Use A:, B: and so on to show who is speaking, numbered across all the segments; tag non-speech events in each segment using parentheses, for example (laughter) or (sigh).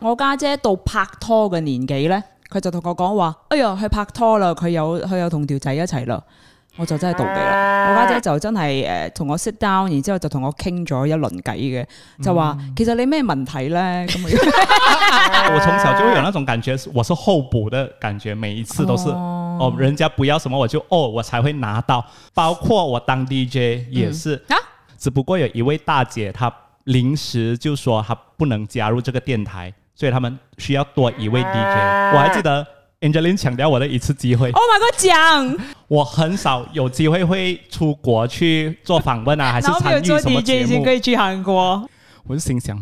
A: 我家姐到拍拖嘅年紀咧，佢就同我講話：哎呀，佢拍拖啦，佢有佢有同條仔一齊啦。我就真係妒忌啦！我家姐就真係誒同我 sit down，然之後就同我傾咗一輪偈嘅，就話
B: 嗯
A: 其實你咩問題咧
B: (laughs)
A: 咁樣。
B: 我从小就会有那种感觉，是我是候补的感觉，每一次都是
A: 哦
B: 哦人家不要什么我就哦，我才会拿到。包括我当 DJ 也是，
A: 啊
B: 只不过有一位大姐她临时就说她不能加入这个电台，所以他们需要多一位
A: 啊
B: DJ。我还记得 Angeline 抢掉我的一次机会，
A: Oh my god！講，
B: 我很少有机会会出国去做访问
A: (laughs)
B: 啊，还是
A: 然后没
B: 参
A: 有
B: 与
A: 做
B: 什么
A: DJ
B: 节
A: 已经
B: 目
A: 可。以去韓國。
B: 我就心想，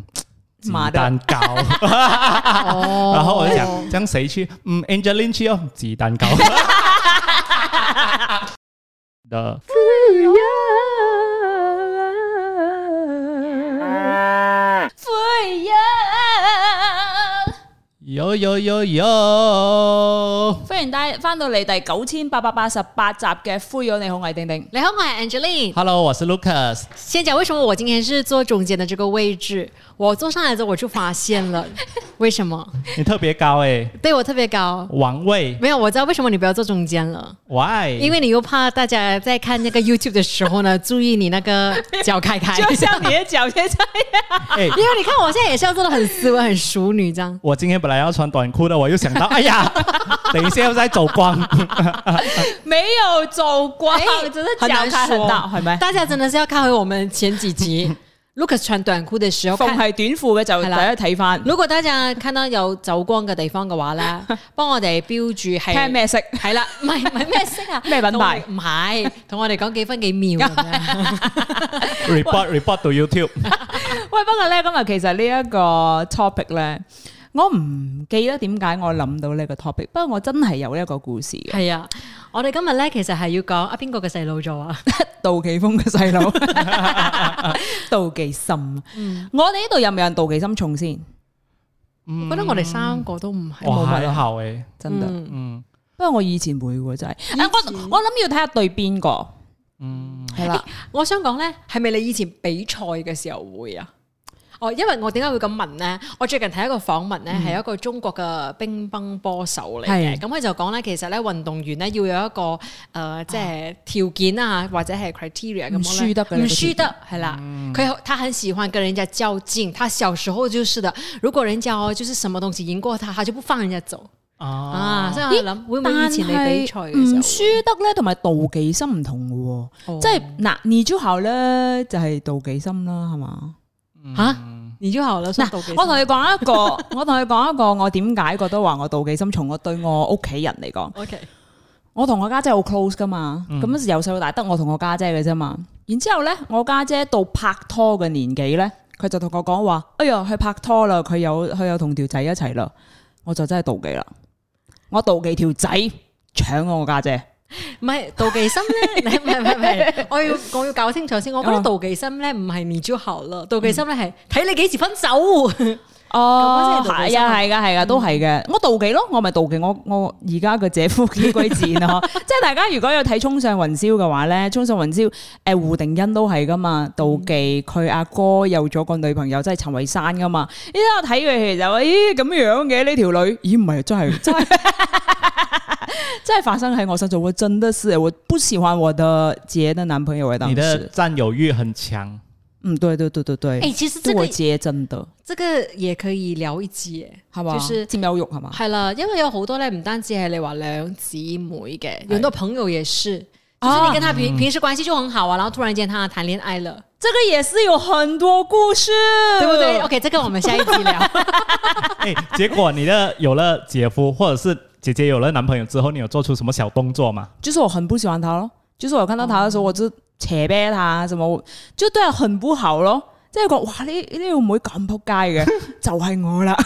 B: 鸡
A: 妈的
B: 蛋糕。
C: 哦
B: 然后我就想，这样谁去？嗯，Angeline 去哦，鸡蛋糕。 (laughs) 的，
A: 飛呀！
B: 有有有有，
A: 歡迎大家翻到嚟第九千八百八十八集嘅《灰咗你好魏丁丁》。
C: 你好，我係 Angeline。
B: Hello，我是 Lucas。
C: 先讲为什么我今天是坐中间的这个位置，我坐上来之后我就发现
A: (laughs)
C: 了，为什么？
B: 你特别高诶，
C: 对我特别高。
B: 王位
C: 没有，我知道为什么你不要坐中间了，
B: ，Why？
A: 嗯
C: 因为你又怕大家在看那个 YouTube 的
A: (laughs)
C: 时候呢，注意你那个脚开开。
A: 就像你的脚现在，
B: 哎
C: (laughs) 因为你看我现在也是要做的很斯文、很淑女这样。
B: 我今天本来要穿短裤的，我又想到，哎
C: (laughs)
B: 呀，等一下又在走光。
A: 没有走光，哎
C: 哎
A: 真的脚开很大，係咪？
C: 大家真的是要看回我们前
A: (laughs)
C: 几集 Lucas 穿短裤的时候
A: 逢
C: 看。
A: 係短褲嘅就
C: 係
A: 大
C: 啦
A: 家睇翻，
C: 如果大家看到有走光嘅地方嘅
A: (laughs)
C: 話咧，幫我哋標住
A: 睇下
C: 係
A: (laughs) 咩色。
C: 係啦，唔係唔 (laughs) 係咩色啊？
A: 咩品牌
C: 同我哋唔係，同我哋講幾分幾秒 (laughs) 咁樣。
B: report report to YouTube。
A: 喂，不過咧，今日其實呢一個 topic 咧，我唔記得點解我諗到呢個 topic，不過我真係有呢一個故事
C: (laughs)
A: 嘅，
C: 係啊，我哋今日咧其實係要講啊邊個嘅細路做啊？
A: 杜琪峰嘅細佬， (laughs) 妒忌心。
C: 嗯
A: 我哋呢度有冇人妒忌心重先？
C: 我覺得我哋三個都唔嗯係。
B: 嗯
C: 啊
B: 我
A: 冇乜
B: 还
A: 啦
B: 好诶，
A: 真嘅。
C: 嗯
B: 嗯
A: 不過我以前會喎，真係。
C: 前
A: 啊我我諗要睇下對邊個
B: 嗯，
A: 係啦。
C: 我想講咧，係咪你以前比賽嘅時候會啊？哦，因為我點解會咁問咧？我最近睇一個訪問
A: 嗯
C: 咧，係、一個中國嘅乒乓波手嚟嘅，
A: 係
C: 咁佢就講咧，其實咧運動員咧要有一個誒、呃即係條件啊，或者係 criteria 咁樣呢
A: 啊唔輸得嘅
C: 唔
A: 呢個
C: 輸得係啦。
A: 嗯
C: 佢他很喜歡跟人家較勁，他小時候就是的。如果人家哦，就是什麼東西贏過他，他就不放人家走啊
B: 啊。。
C: 所以我諗，會唔會以前你比賽
A: 哦但係
C: 嘅時
A: 唔
C: 候
A: 輸得咧，同埋妒忌心唔同嘅喎。
C: 哦
A: 嗯即係嗱，二招考咧就係妒忌心啦，係嘛？
C: 嚇？你就好啦，
A: 嗱
C: 嗯嗱，
A: 我同你講一 (laughs) 個，我同你講一個，我點解覺得話我妒忌心重？我對我屋企人嚟講，
C: OK，
A: 我同我家姐好 close 噶嘛，咁由細到大得我同我家姐嘅啫嘛。然之後咧，我家姐到拍拖嘅年紀咧，佢就同我講話：哎呀，佢拍拖啦，佢有佢有同條仔一齊啦，我就真係妒忌啦，我妒忌條仔搶咗我家姐。
C: 唔係妒忌心
A: (laughs)
C: 咧，唔係唔係唔係，我要我要搞清楚先。我覺得
A: 哦嗯
C: 妒忌心咧唔係你就好啦，妒忌心咧係睇你幾
A: (laughs)
C: 時分手。
A: 哦，
C: 咁嗰啲係妒忌
A: 係
C: 心
A: 啊，
C: 啊
A: 係噶，係噶，都係嘅。我妒忌咯，我咪妒忌我我而家嘅姐夫幾鬼賤咯。即係大家如果有睇《衝上雲霄》嘅話咧，《衝上雲霄》誒胡定欣都係噶嘛，妒忌佢阿哥有咗個女朋友，即係陳慧珊噶嘛。依家我睇佢其實就話咦咁樣嘅呢條女，咦唔係真係真係真係發生喺我身上，我真的是我不喜歡我的姐的男朋友嘅當
B: 你的
A: 時。
B: 占有欲很强。
A: 嗯，對對對對對，
C: 哎誒，其實
A: 是
C: 這
A: 我
C: 個
A: 姐真的
C: 這個也可以聊一集耶，
A: 係嘛，
C: 就是
A: 佔有欲係嘛。
C: 係啦，因為有好多咧，唔單止係你話兩姊妹嘅，有很多朋友也是。
A: 啊
C: 就是你跟他
A: 嗯
C: 平、平時關係就很好啊，然後突然間他談戀愛了，
A: 这个也是有很多故事，
C: 對不對？OK，這個我們下一集
A: (laughs)
C: 聊。
B: 哎，结果你的有了姐夫或者是姐姐有了男朋友之后，你有做出什么小动作吗？
A: 就是我很不喜欢他咯，就是我看到他的时候，我就斜啤他，什么就對佢很不好咯。即係講哇，呢呢個妹咁仆 (laughs) 街嘅，就係我啦。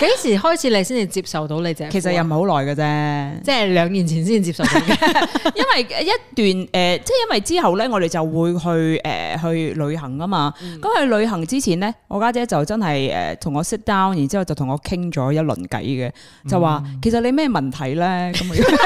C: 幾時開始你先至接受到你姐夫啊？
A: 其實又唔係好耐嘅啫，
C: 即係兩年前先至接受到嘅。
A: 因為一段诶、呃即係因為之後咧，我哋就會去诶、呃去旅行啊嘛。咁、去旅行之前咧，我家姐就真係诶同我 sit down，然之後就同我傾咗一輪偈嘅，就話其實你咩問題咧咁樣。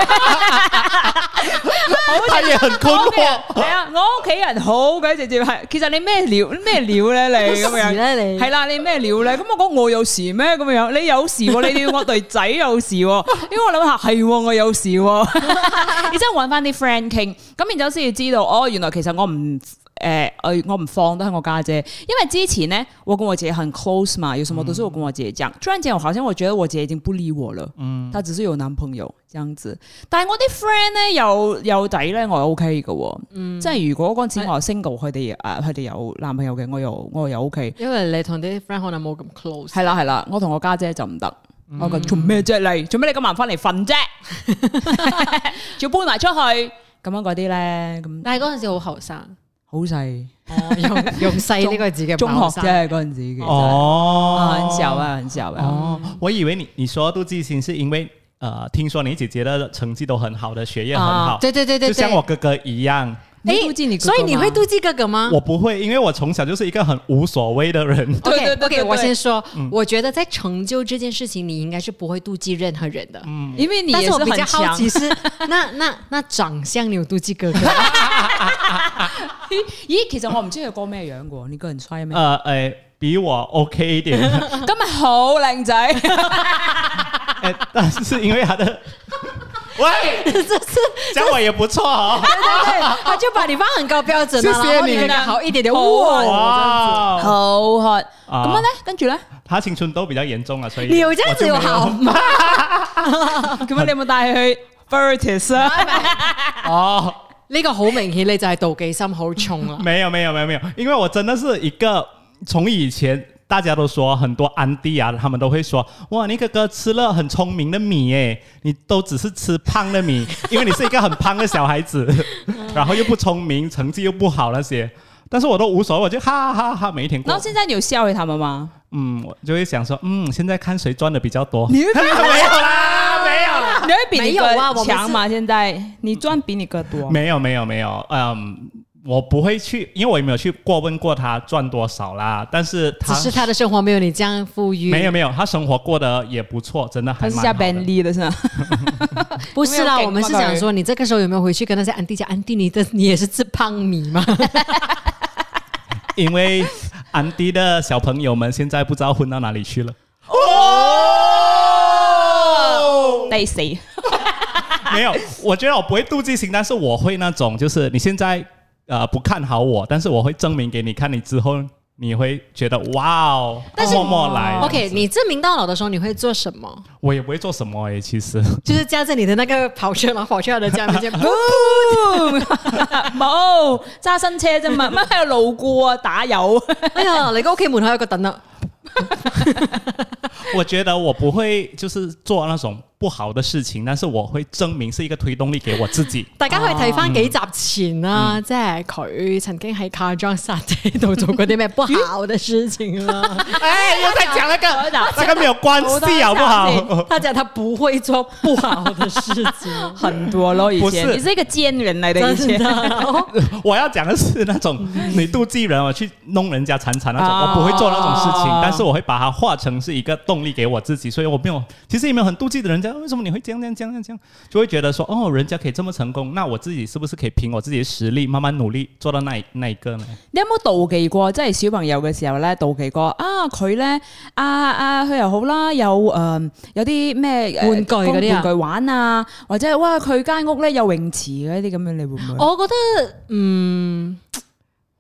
B: 他也很困惑。
A: 系啊，我屋企人好鬼直接，系其實你咩料咩料咧你咁
C: 咩事
A: 樣
C: 咧
A: (laughs)
C: 你
A: 係啦，你咩料咧？咁我講我有事咩咁樣？你有事喎，你哋我對仔有事喎，因為我諗下係喎，我有事喎，然之後揾翻啲 friend 傾，咁然之後先至知道哦，原來其實我唔。誒、呃，我唔放得喺我家姐，因為之前呢，我跟我姐很 close 嘛，有什麼都是我跟我姐講。突然間，我好像我覺得我姐已經不理我了，嗯，她只是有男朋友這樣子。但係我啲 friend 咧有有仔咧，我係 OK 嘅喎，即係如果嗰陣時我係 single，佢哋誒佢哋有男朋友嘅，我又我又 OK。
C: 因為你同啲 friend 可能冇咁 close。
A: 係啦係啦，我同我家姐就唔得。我講做咩啫你？做咩你咁晚翻嚟瞓啫？ (laughs) 仲要搬埋出去咁樣嗰啲咧，咁
C: 但係嗰陣時好後生，
A: 好細，
C: 哦，用用細呢個字嘅
A: 中
C: 唔係後
A: 學
C: 生
A: 啫，嗰陣時嘅。啊，
B: 哦，
A: 很小啊，很小啊。
B: 哦，我以为你你说杜继新是因为呃，听说你姐姐的成绩都很好的，学业很好，
C: 啊對對對對
B: 就像
C: 對
B: 我哥哥一样。
A: 你妒忌你哥哥
C: 所以你
A: 吗
C: 会妒忌哥哥吗？
B: 我不会，因为我从小就是一个很无所谓的人。
A: 对对
C: OK
A: 对对
C: OK，我
A: 对
C: 先说，我觉得在成就这件事情，你应该是不会妒忌任何人的。
A: 因为你
C: 但
A: 也
C: 是我比
A: 很
C: 较好
A: 强，
C: 奇是，那那那长相你有妒忌哥 (laughs) 哥？
A: (laughs) 咦，其實我唔知佢哥咩樣嘅喎，你個人衰咩？
B: 呃，哎，比我 OK 一点，
A: 今日好靚仔，
B: 哎，但是因为他的，喂，
C: 这是
B: 这样我也不错哦。
C: 他就把你放很高标准
B: 谢
C: 了，
B: 谢
C: 然后你
B: 你啊
C: 觉得好一点点，
A: 好
C: 哇！
B: 哇哦，
A: 好喝。
B: 啊
A: 咁樣咧，跟住咧，
B: 他青春痘比较严重啊，所以
C: 你有这样子
B: 我就
C: 有
B: 没 (laughs)
C: 好吗？
A: 咁樣你有冇帶佢去 Virtus 啊？
B: 哦，
C: (laughs) 呢個好明顯，你就係妒忌心好重啦。
B: 没有没有没有没有，因为我真的是一个从以前大家都说很多安迪啊，他们都会说哇，你哥哥吃了很聪明的米耶，你都只是吃胖的米， (laughs) 因为你是一个很胖的小孩子， (laughs) 然后又不聪明，成绩又不好那些。但是我都無所謂，我就哈哈哈哈，每一天
A: 然
B: 过
A: 後。現在你有笑佢他啊們嗎？
B: 嗯，我就會想說，嗯，現在看誰賺的比較多。
A: 你
B: 沒 (laughs) 有啦，沒有啦。
A: 你會比你
C: 沒有啊我
A: 哥
C: 們是
A: 強嗎？現在你賺比你哥多。
B: 没有没有没有，嗯，我不会去，因为我也没有去过问过他赚多少啦。但是他
C: 只是他的生活没有你这样富裕。
B: 没有没有，他生活过得也不错，真的还
A: 他
B: 蛮
A: 是
B: 好
A: 下
B: 的。
A: Bentley (laughs) 的是嗎？
C: 不是啦，
A: 有没有
C: 我们是
A: 给过
C: 想说，你这个时候有没有回去跟那些安迪讲，安迪，你的你也是吃胖米
A: (laughs)
C: 吗？
B: 因为安迪的小朋友们现在不知道混到哪里去了。哦，
A: 第四，
B: 没有，我觉得我不会妒忌心，但是我会那种，就是你现在呃不看好我，但是我会证明给你看，你之后你会觉得哇哦，
C: 但是
B: 默默来。
C: OK，你证明到老的时候你会做什么？
B: 我也不会做什么诶、欸其实。
C: 就是夹着你的那个跑车，然后跑去他的家门
A: (laughs)
C: 前。
A: 冇揸新車啫 (laughs) 嘛，乜喺度路過啊打 (laughs) 油。
C: 哎呀，你個屋企門口有個凳啊啦，
B: 我觉得我不会就是做那种不好的事情，但是我会证明是一个推动力给我自己。
C: 大家可以睇翻幾集前
A: 哦
C: 啦，即係佢曾經喺 Car John 殺地度做過啲咩不好的事情啊
A: (laughs)
C: 啦。
B: 哎，又在讲那
A: 我打
B: 那个没有关系好不好？
C: 他講他不會做不好的事情，
A: 很多咯，以
B: 不
A: 前
B: 是
A: 你是一個奸人嚟的，以
C: 真
A: 前
C: 的。。
A: (laughs)
C: 然後
B: (laughs) 我要讲的是那种你妒忌人，啊我去弄人家惨惨那种，
A: 啊
B: 我不会做那种事情
A: 啊，
B: 但是我会把它化成是一个动力给我自己，所以我没有，其实也没有很妒忌的人家，为什么你会这样这样这样这样这样，就会觉得说哦，人家可以这么成功，那我自己是不是可以凭我自己的实力慢慢努力做到那一那一个呢？
A: 你有冇妒忌過？即係小朋友嘅時候咧，妒忌過啊佢咧啊啊佢又好啦，有誒、呃有啲咩呃
C: 玩具嗰啲啊
A: 玩具玩啊，或者係哇佢間屋咧有泳池嘅呢啲咁樣，你會唔會？
C: 我覺得嗯。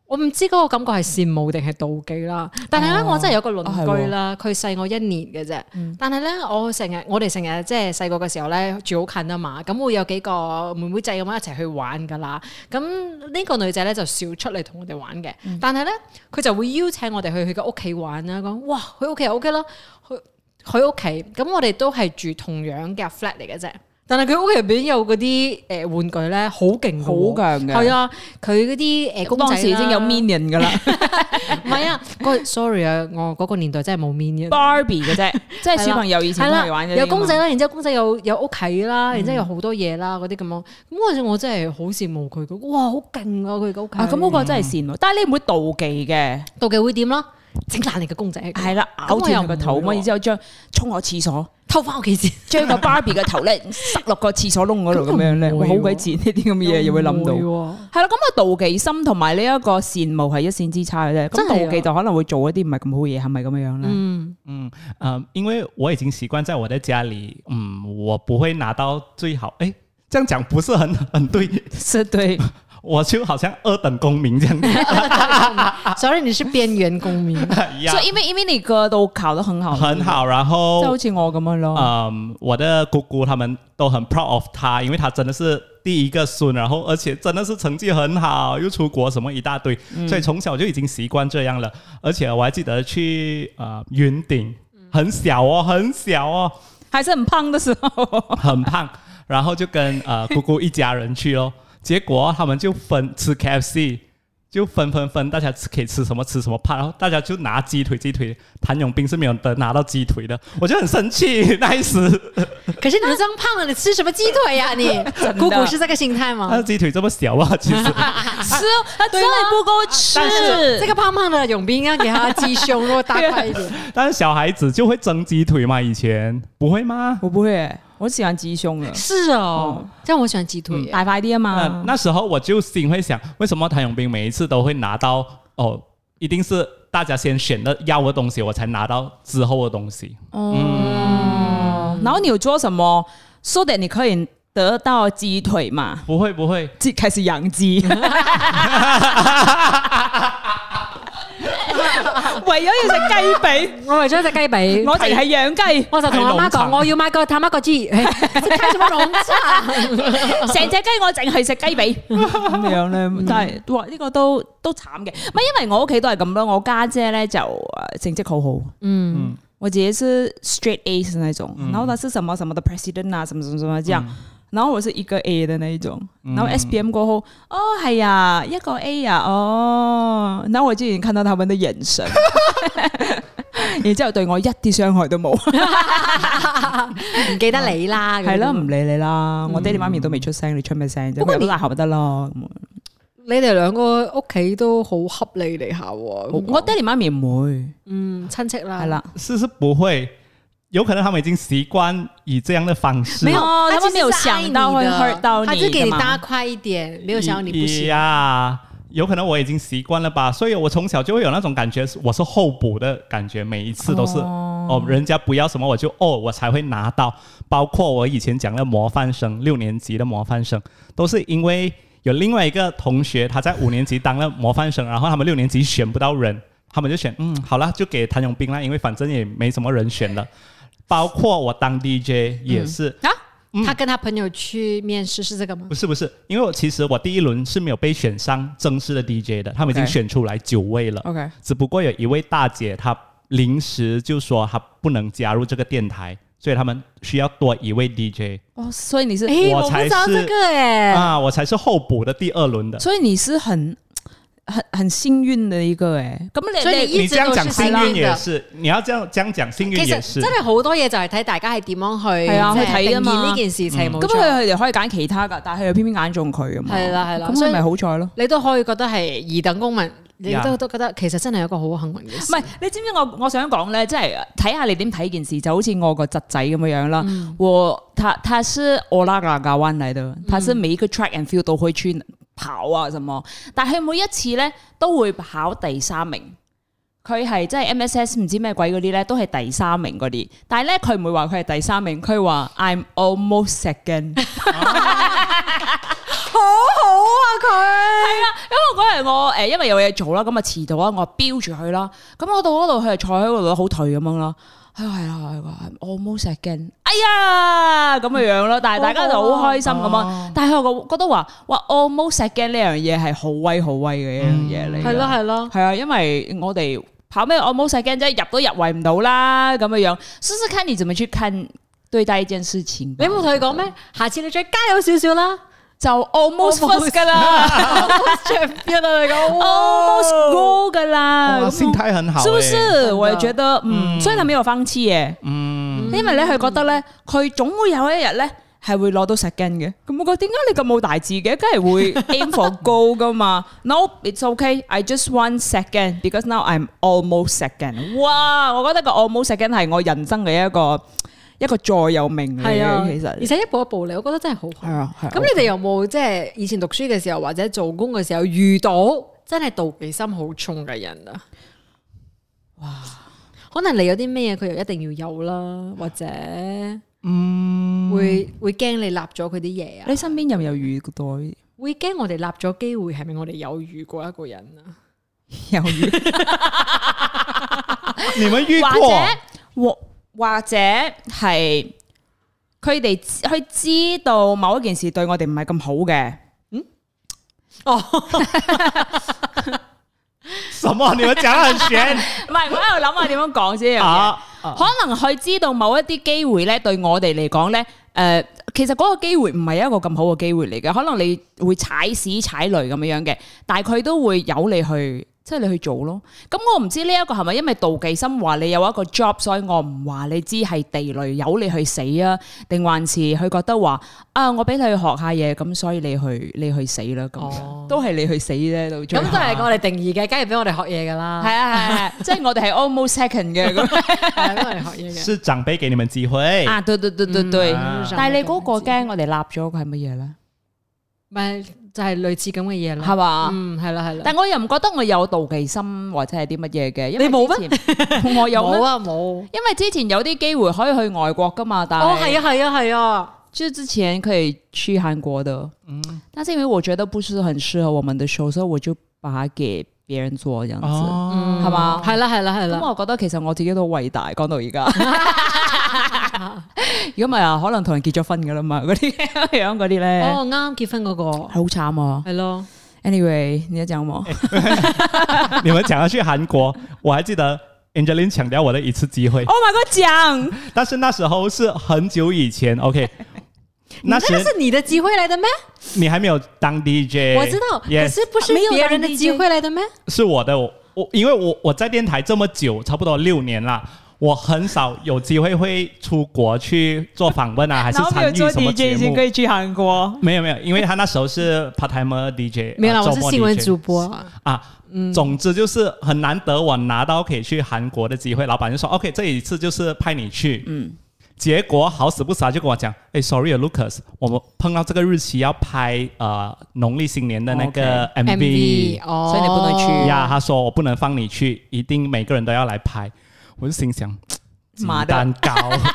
C: 我唔知嗰個感覺係羨慕定係妒忌啦，但係咧、
A: 哦
C: 我真係有個鄰居啦，佢細我一年嘅啫，但係咧我成日我哋成日即係細個嘅時候咧住好近啊嘛，咁會有幾個妹妹仔咁樣一齊去玩噶啦，咁呢個女仔咧就少出嚟同我哋玩嘅，但係咧佢就會邀請我哋去佢嘅屋企玩啦，講哇佢屋企又 OK 啦，佢佢屋企，咁我哋都係住同樣嘅 flat 嚟嘅啫。但係佢屋企入邊有嗰啲誒玩具咧，好勁㗎喎
A: 好強嘅
C: 係啊，佢嗰啲
A: (laughs)
C: 誒公仔
A: 當時已經有 Minion 噶啦
C: (laughs) 唔係啊，嗰 sorry 啊，我嗰個年代真係冇
A: (laughs)
C: minion。
A: (laughs) ，Barbie 嘅啫，即係小朋友以前
C: 係
A: 都係
C: 啦
A: 玩，嘅。
C: 有公仔啦，然之後公仔有有屋企
A: 嗯
C: 啦，然之後有好多嘢啦，嗰啲咁樣。咁嗰陣我真係好羨慕佢嘅，哇，好勁啊！佢嘅屋企。
A: 啊，咁嗰個真係羨慕，但係你唔會妒忌嘅，
C: 妒忌會點啦？整爛你嘅公仔。
A: 啊 (laughs) 係啦，咬住佢個頭嘛，然之後將衝落廁所，
C: 偷翻屋企先。
A: 將個 Barbie 嘅頭咧塞落個廁所窿嗰度咁樣咧，
C: 咁唔
A: 哇
C: 會喎
A: 好鬼賤呢啲咁嘅嘢，又會諗到。
C: 唔
A: 係
C: 喎
A: 啦，咁啊妒忌心同埋呢一個羨慕係一線之差嘅啫。咁
C: 真係啊
A: 妒忌就可能會做一啲唔係咁好嘢，係咪咁樣樣咧？
C: 嗯，
B: 嗯呃，因为我已经习惯在我的家里，嗯，我不会拿到最好。哎，这样讲不是很 (laughs) 很对，
A: 是對，
B: 我就好像二等公民
A: (laughs)
B: 这样子
C: (laughs) 所以你是邊緣公民，
B: 一样
A: 所，以因為因為你個到考得很好，
B: 很
A: 即
B: 好。然后
A: 係好似我咁樣咯。
B: 嗯，我的姑姑他们都很 proud of 他，因为他真的是第一个孙，然后而且真的是成绩很好，又出国什么一大堆，
A: 嗯
B: 所以从小就已经习惯这样了。而且我还记得去呃云
A: 嗯
B: 顶，很小哦，很小哦，
A: 还是很胖的时候，
B: 很胖，然后就跟呃姑姑一家人去咯，结果他们就分吃 KFC。就分分分，大家吃可以吃什么吃什么怕，然后大家就拿鸡腿鸡腿，谭咏斌是没有得拿到鸡腿的，我就很生气那一时。
C: 可是你都这样胖了，你吃什麼雞腿
A: (laughs)
C: 呀、你姑姑是這個心態
B: 他
A: 呃
B: 的
C: 嗎？
B: 鸡腿这么小啊，其实
A: 吃哦，他真的不够吃
C: 但是这个胖胖的永斌要给他鸡胸肉大块一
A: (laughs)
C: 点，
B: 但是小孩子就会蒸鸡腿嘛，以前不会吗？
A: 我不会耶，我喜欢鸡胸啊的，
C: 是哦，这样我喜歡雞腿耶。
A: 大块啲啊
B: 那、
A: 嘛。
B: 那时候我就心会想，为什么谭咏斌每一次都会拿到哦，一定是大家先选的要的东西，我才拿到之后的东西。
A: 哦，然后你有做什么说的？你可以得到鸡腿嘛？
B: 不会不会，
A: 即开始养鸡， (laughs) 为咗要 (laughs) 食鸡
C: 我為咗只雞髀
A: 髀，，我淨係養雞，
C: 我就同阿媽
B: 太農
C: 講，
B: 場
C: 我要買個探媽個 (laughs) 雞，哎即刻做農場。
A: (laughs) 成隻雞我淨係食雞髀咁樣 (laughs) 咧，但係哇呢嗯個都都慘嘅，唔係因為我屋企都係咁咯，我家姐咧就呃成績好好，
C: 嗯，
A: 我姐是 straight A 是那種，然後她是什麼什麼的 president 啊，什麼什麼什麼這樣。然後我是一個 A 的那一種，然後 S P M 過後，哦係啊，一個 A 啊，哦，然後我就已經看到他們的眼神， (laughs) 然之後對我一啲傷害都冇，
C: 唔記得你啦。咁
A: 嗯係咯，唔理你啦，我爹哋媽咪都未出聲，你出咩聲啫？
C: 不過
A: 佢
C: 你
A: 都大學咪得咯，咁
C: 你哋兩個屋企都好恰你哋下喎。
A: 我爹哋媽咪唔會，
C: 嗯親戚啦，
A: 係啦。，
B: (laughs) 是是不会，有可能他们已经习惯以这样的方式。
A: 没有哦他
C: 啊他
A: 们没有想到会 hurt 到
C: 他
A: 你
C: 就给
A: 的
C: 你
A: 嘛
C: 搭快一点，没有想到你不行。
B: 呀。有可能我已经习惯了吧，所以我从小就会有那种感觉，我是候补的感觉，每一次都是哦
A: 嗯
B: 人家不要什么我就哦，我才会拿到。包括我以前讲的模范生，六年级的模范生，都是因为有另外一个同学他在五年级当了模范生，然后他们六年级选不到人，他们就选嗯好啦，就给谭咏斌啦，因为反正也没什么人选了。包括我当 DJ 也是，
C: 他跟他朋友去面试是这个吗
B: 不？是不是，因为我其实我第一轮是没有被选上正式的 DJ 的，他们已经
A: OK
B: 选出来九位了
A: OK
B: 只不过有一位大姐她临时就说她不能加入这个电台，所以他们需要多一位 DJ
A: 哦，所以你是，
C: 诶，
B: 我
C: 哎我不
B: 才
C: 知道
B: 是
C: 这个哎，
B: 啊，我才是候补的第二轮的。
A: 所以你是很很很幸運嘅一個誒，咁你
C: 所以你
A: 你
C: 一直
B: 你这样讲
C: 都是
B: 幸
C: 幸
B: 运
C: 运
B: 也
C: 的
B: 是，你要这样这样讲幸运
C: 其
B: 也
C: 實
B: 是
C: 真。係好多嘢就係睇大家係點樣去
A: 係啊
C: 即係
A: 去睇㗎嘛
C: 定義呢件事情
A: 咁
C: 冇
A: 佢
C: 錯。
A: 佢哋可以揀其他㗎，但係佢又偏偏揀中佢啊嘛。
C: 係啦係啦
A: 咁
C: 所以
A: 佢咪好彩咯。
C: 你都可以覺得係二等公民，你
B: 呀
C: 都都覺得其實真係一個好幸運嘅
A: 唔
C: 事。
A: 係，你知唔知我我想講咧，即係呃睇下你點睇件事，就好似我個侄仔咁樣樣啦。我他他是我拉嘎嘎灣嚟的，他是每一個 track and field 都會去跑啊什麼，但係每一次咧都會考第三名。佢係即係 MSS 唔知咩鬼嗰啲咧，都係第三名嗰啲。但係咧，佢唔會話佢係第三名，佢話 I'm almost second。
C: (laughs) 好好啊
A: 係啦，因為嗰日我誒因為有嘢做啦，咁啊遲到啦，我就標住佢啦。咁我到嗰度，佢就坐喺嗰度好頹咁樣啦。係啊係啦，係啦，almost again。哎呀，咁嘅樣咯，但
C: 啊
A: 係大家就好開心咁樣。
C: 哦
A: 但係我覺得話，哇，almost again 呢樣嘢係好威好威嘅一樣嘢嚟㗎。
C: 佢，嗯係咯係咯。
A: 係啊，因為我哋跑咩 almost again 啫，入都入圍唔到啦，咁嘅樣。試試看你怎麼去看對待一件事情吧。
C: 你冇同佢講咩？下次你再加油少少啦
A: 就 almost first
C: Almost
A: 㗎 (laughs) 啦
C: ，champion 啊！你講哇
A: ，almost go 㗎啦。
C: 呃
B: 哇，
A: 咁
B: 心态很好、欸，
A: 是不是？
C: 的
A: 我也覺得，嗯，所以佢沒有放棄嘅，
B: 嗯，
A: 因為咧佢覺得咧，佢總會有一日咧係會攞到石根嘅。咁我覺得點解你咁冇大志嘅？梗係 (laughs) 會 aim for goal 噶嘛。No，it's okay. I just want second because now I'm almost second。哇！我覺得個 almost second 係我人生嘅一個。一個座右銘嚟
C: 係啊，
A: 嘅，其實
C: 而且一步一步嚟，我覺得真係好好
A: 係。啊，係啊
C: 咁你哋有冇即係以前讀書嘅時候或者做工嘅時候遇到真係妒忌心好重嘅人啊？哇！可能你有啲咩嘢佢又一定要有啦，或者嗯會會驚你立咗佢啲嘢啊？
A: 你身邊有冇有遇 (laughs) 到有
C: 會驚我哋立咗機會係咪我哋有遇過一個人啊？
A: 遇？
B: 你们遇
A: 或
B: 过？
A: 者或或者係佢哋知佢知道某一件事對我哋唔係咁好嘅，
B: 什么？你们讲得很
C: (laughs)
B: 悬
A: 唔係我喺度諗下點樣講先。
B: 啊！
A: 可能佢知道某一啲機會咧，對我哋嚟講咧，誒、其實嗰個機會唔係一個咁好嘅機會嚟嘅，可能你會踩屎踩雷咁樣樣嘅，但係佢都會由你去，即係你去做咯。咁我唔知呢一個係咪因為妒忌心話你有一個 job，所以我唔話你知係地雷，由你去死啊？定還是佢覺得話啊，我俾你去學下嘢，咁所以你去你去死啦咁樣，
C: 哦
A: 都係你去死啫，到最
C: 咁
A: 後
C: 都係我哋定義嘅，梗係俾我哋學嘢噶啦，
A: 係啊係啊，係啊即係我哋係 almost second 嘅咁。
C: (laughs) 係俾我哋學嘢嘅。嗯
B: 是长辈给你们机会，
A: 啊，對對對對對，
B: 啊
A: 但係你嗰個驚，我哋立咗佢係乜嘢咧？
C: 咪就係類似咁嘅嘢啦，
A: 係嘛
C: 嗯，係啦係啦。
A: 但我又唔覺得我有妒忌心或者係啲乜嘢嘅，因為
C: 你冇
A: 咩？我有
C: 冇
A: 咩？
C: 啊冇。
A: 因為之前有啲機會可以去外國噶嘛，但
C: 哦，係
A: 係
C: 啊係啊係啊。
A: 就之前可以去韓國的，
C: 嗯
A: 但是因為我覺得不是很適合我們的 show，所以我就把它給別人做這樣子。
B: 哦，
A: 嗯係嘛
C: 系啦係啦係
A: 咁
C: 啦，
A: 我覺得其實我自己都好偉大，講到而
C: (laughs)
A: 家。如果唔係啊，可能同人結咗婚噶啦嘛，嗰啲 (laughs) 咁樣嗰啲咧，
C: 哦啱結婚
A: (laughs)
C: 嗰個
A: 好慘啊。
C: 係咯，
A: Anyway，你要講冇？
B: 哎哦你们讲要去韩国，我还记得 Angeline 抢掉我的一次机会，
C: 哦
A: Oh my god！讲
B: 但是那时候是很久以前，OK，那
C: 那
B: 时
C: 是 (laughs) 你的机会来的咩？
B: 你还没有当 DJ，
C: 我知道，可
B: Yes，
C: 是不是
A: 没有
C: 别人
A: 当
C: 的
A: DJ
C: 机会来的咩？
B: 是我的，我我因为我我在电台这么久，差不多六年啦。我很少有机会会出国去做访问啊，还是
A: 然后没
B: 参
A: 有
B: 与
A: 做
B: 什么
A: DJ
B: 节
A: 已经
B: 目
A: 可？以去韩国。
B: 没有没有，因为他那时候是 part time DJ，
C: 没有啦，
B: 呃
C: 啊我
B: 周
C: 是
B: 末
C: 新闻
B: DJ
C: 主播，
B: 啊，总之就是很难得我拿到可以去韩国的机会，老板就说 OK，这一次就是派你去，嗯，结果好死不死啊就跟我讲，哎，sorry 啊 Lucas，我们碰到这个日期要拍呃农历新年的那个 MV，
C: MV 哦，
A: 所以你不能去
B: 呀，他说我不能放你去，一定每个人都要来拍，我就心想。鸡
A: 妈的
B: 蛋糕，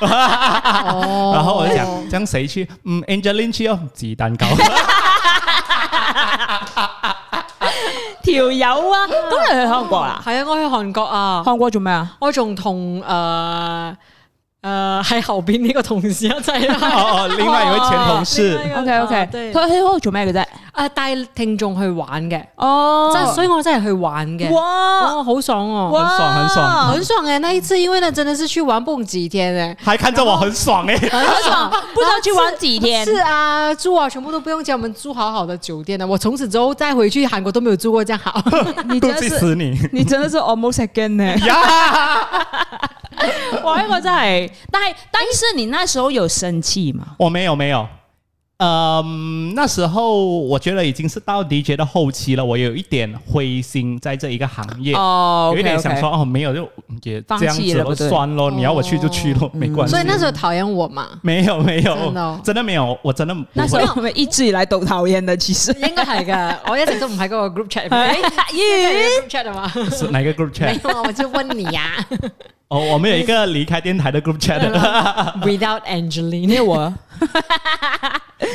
C: 哦
B: 然后我就想，这样谁去？嗯，Angeline 去哦，鸡蛋糕。 (laughs)
A: 條友 (laughs) 啊，咁你去韓國啊？
C: 係啊，我去韓國啊，
A: 韓國做咩啊？
C: 我仲同诶诶喺後边呢個同事一齊
A: (laughs)
B: 哦
C: 啦，
B: 哦，另外有位前同事
C: 哦，另外
A: OK OK，佢
C: 對
A: 佢喺嗰度做咩嘅啫？
C: 啊帶聽眾去玩嘅，
A: 哦
C: 真係所以我真係去玩嘅，
A: 哇
C: 哦，好爽哦，
A: 哇
B: 很爽很爽
C: 很爽诶！那一次因為呢，真的是去玩蹦幾天
A: (laughs)
C: 诶。
B: 还看着我很爽哎、
A: 很爽，不知道去玩幾天。
C: (laughs) 是啊，住啊，全部都不用钱，我们住好好的酒店的。我从此之后再回去韩国都没有住过这样好。
A: 你
B: 妒
A: 真係
B: 忌死你！
A: 你真的是 almost again
B: (laughs)
A: 呢？哇！呢個真係，但係但是你那時候有生氣嘛？
B: 我没有没有，嗯，那时候我觉得已经是到 DJ 的后期了，我有一点灰心在这一个行业，
A: 哦
B: 有一点想说哦，没有就也
A: 放
B: 这样
A: 弃
B: 子
A: 了
B: 咯，
A: 不对
B: 算咯，你要我去就去咯，没关系。
C: 所以那时候讨厌我嘛，
B: 没有没有，
C: 真的哦
B: 没有，我真的不
A: 那時
B: 会。
A: 候我们一直以來都討厭的，其實。
C: 应该系 (laughs) 噶，我一直都唔喺嗰个 group chat (laughs) 入面。哎
A: 咦？
C: group chat 啊嘛，
B: 是哪一个 group
C: (laughs) 没
B: chat？
C: 有啊，我就问你呀、
B: 哦，我们有一个离开电台的 group chat，
C: 啊、，Without Angeline，
A: 你有啊我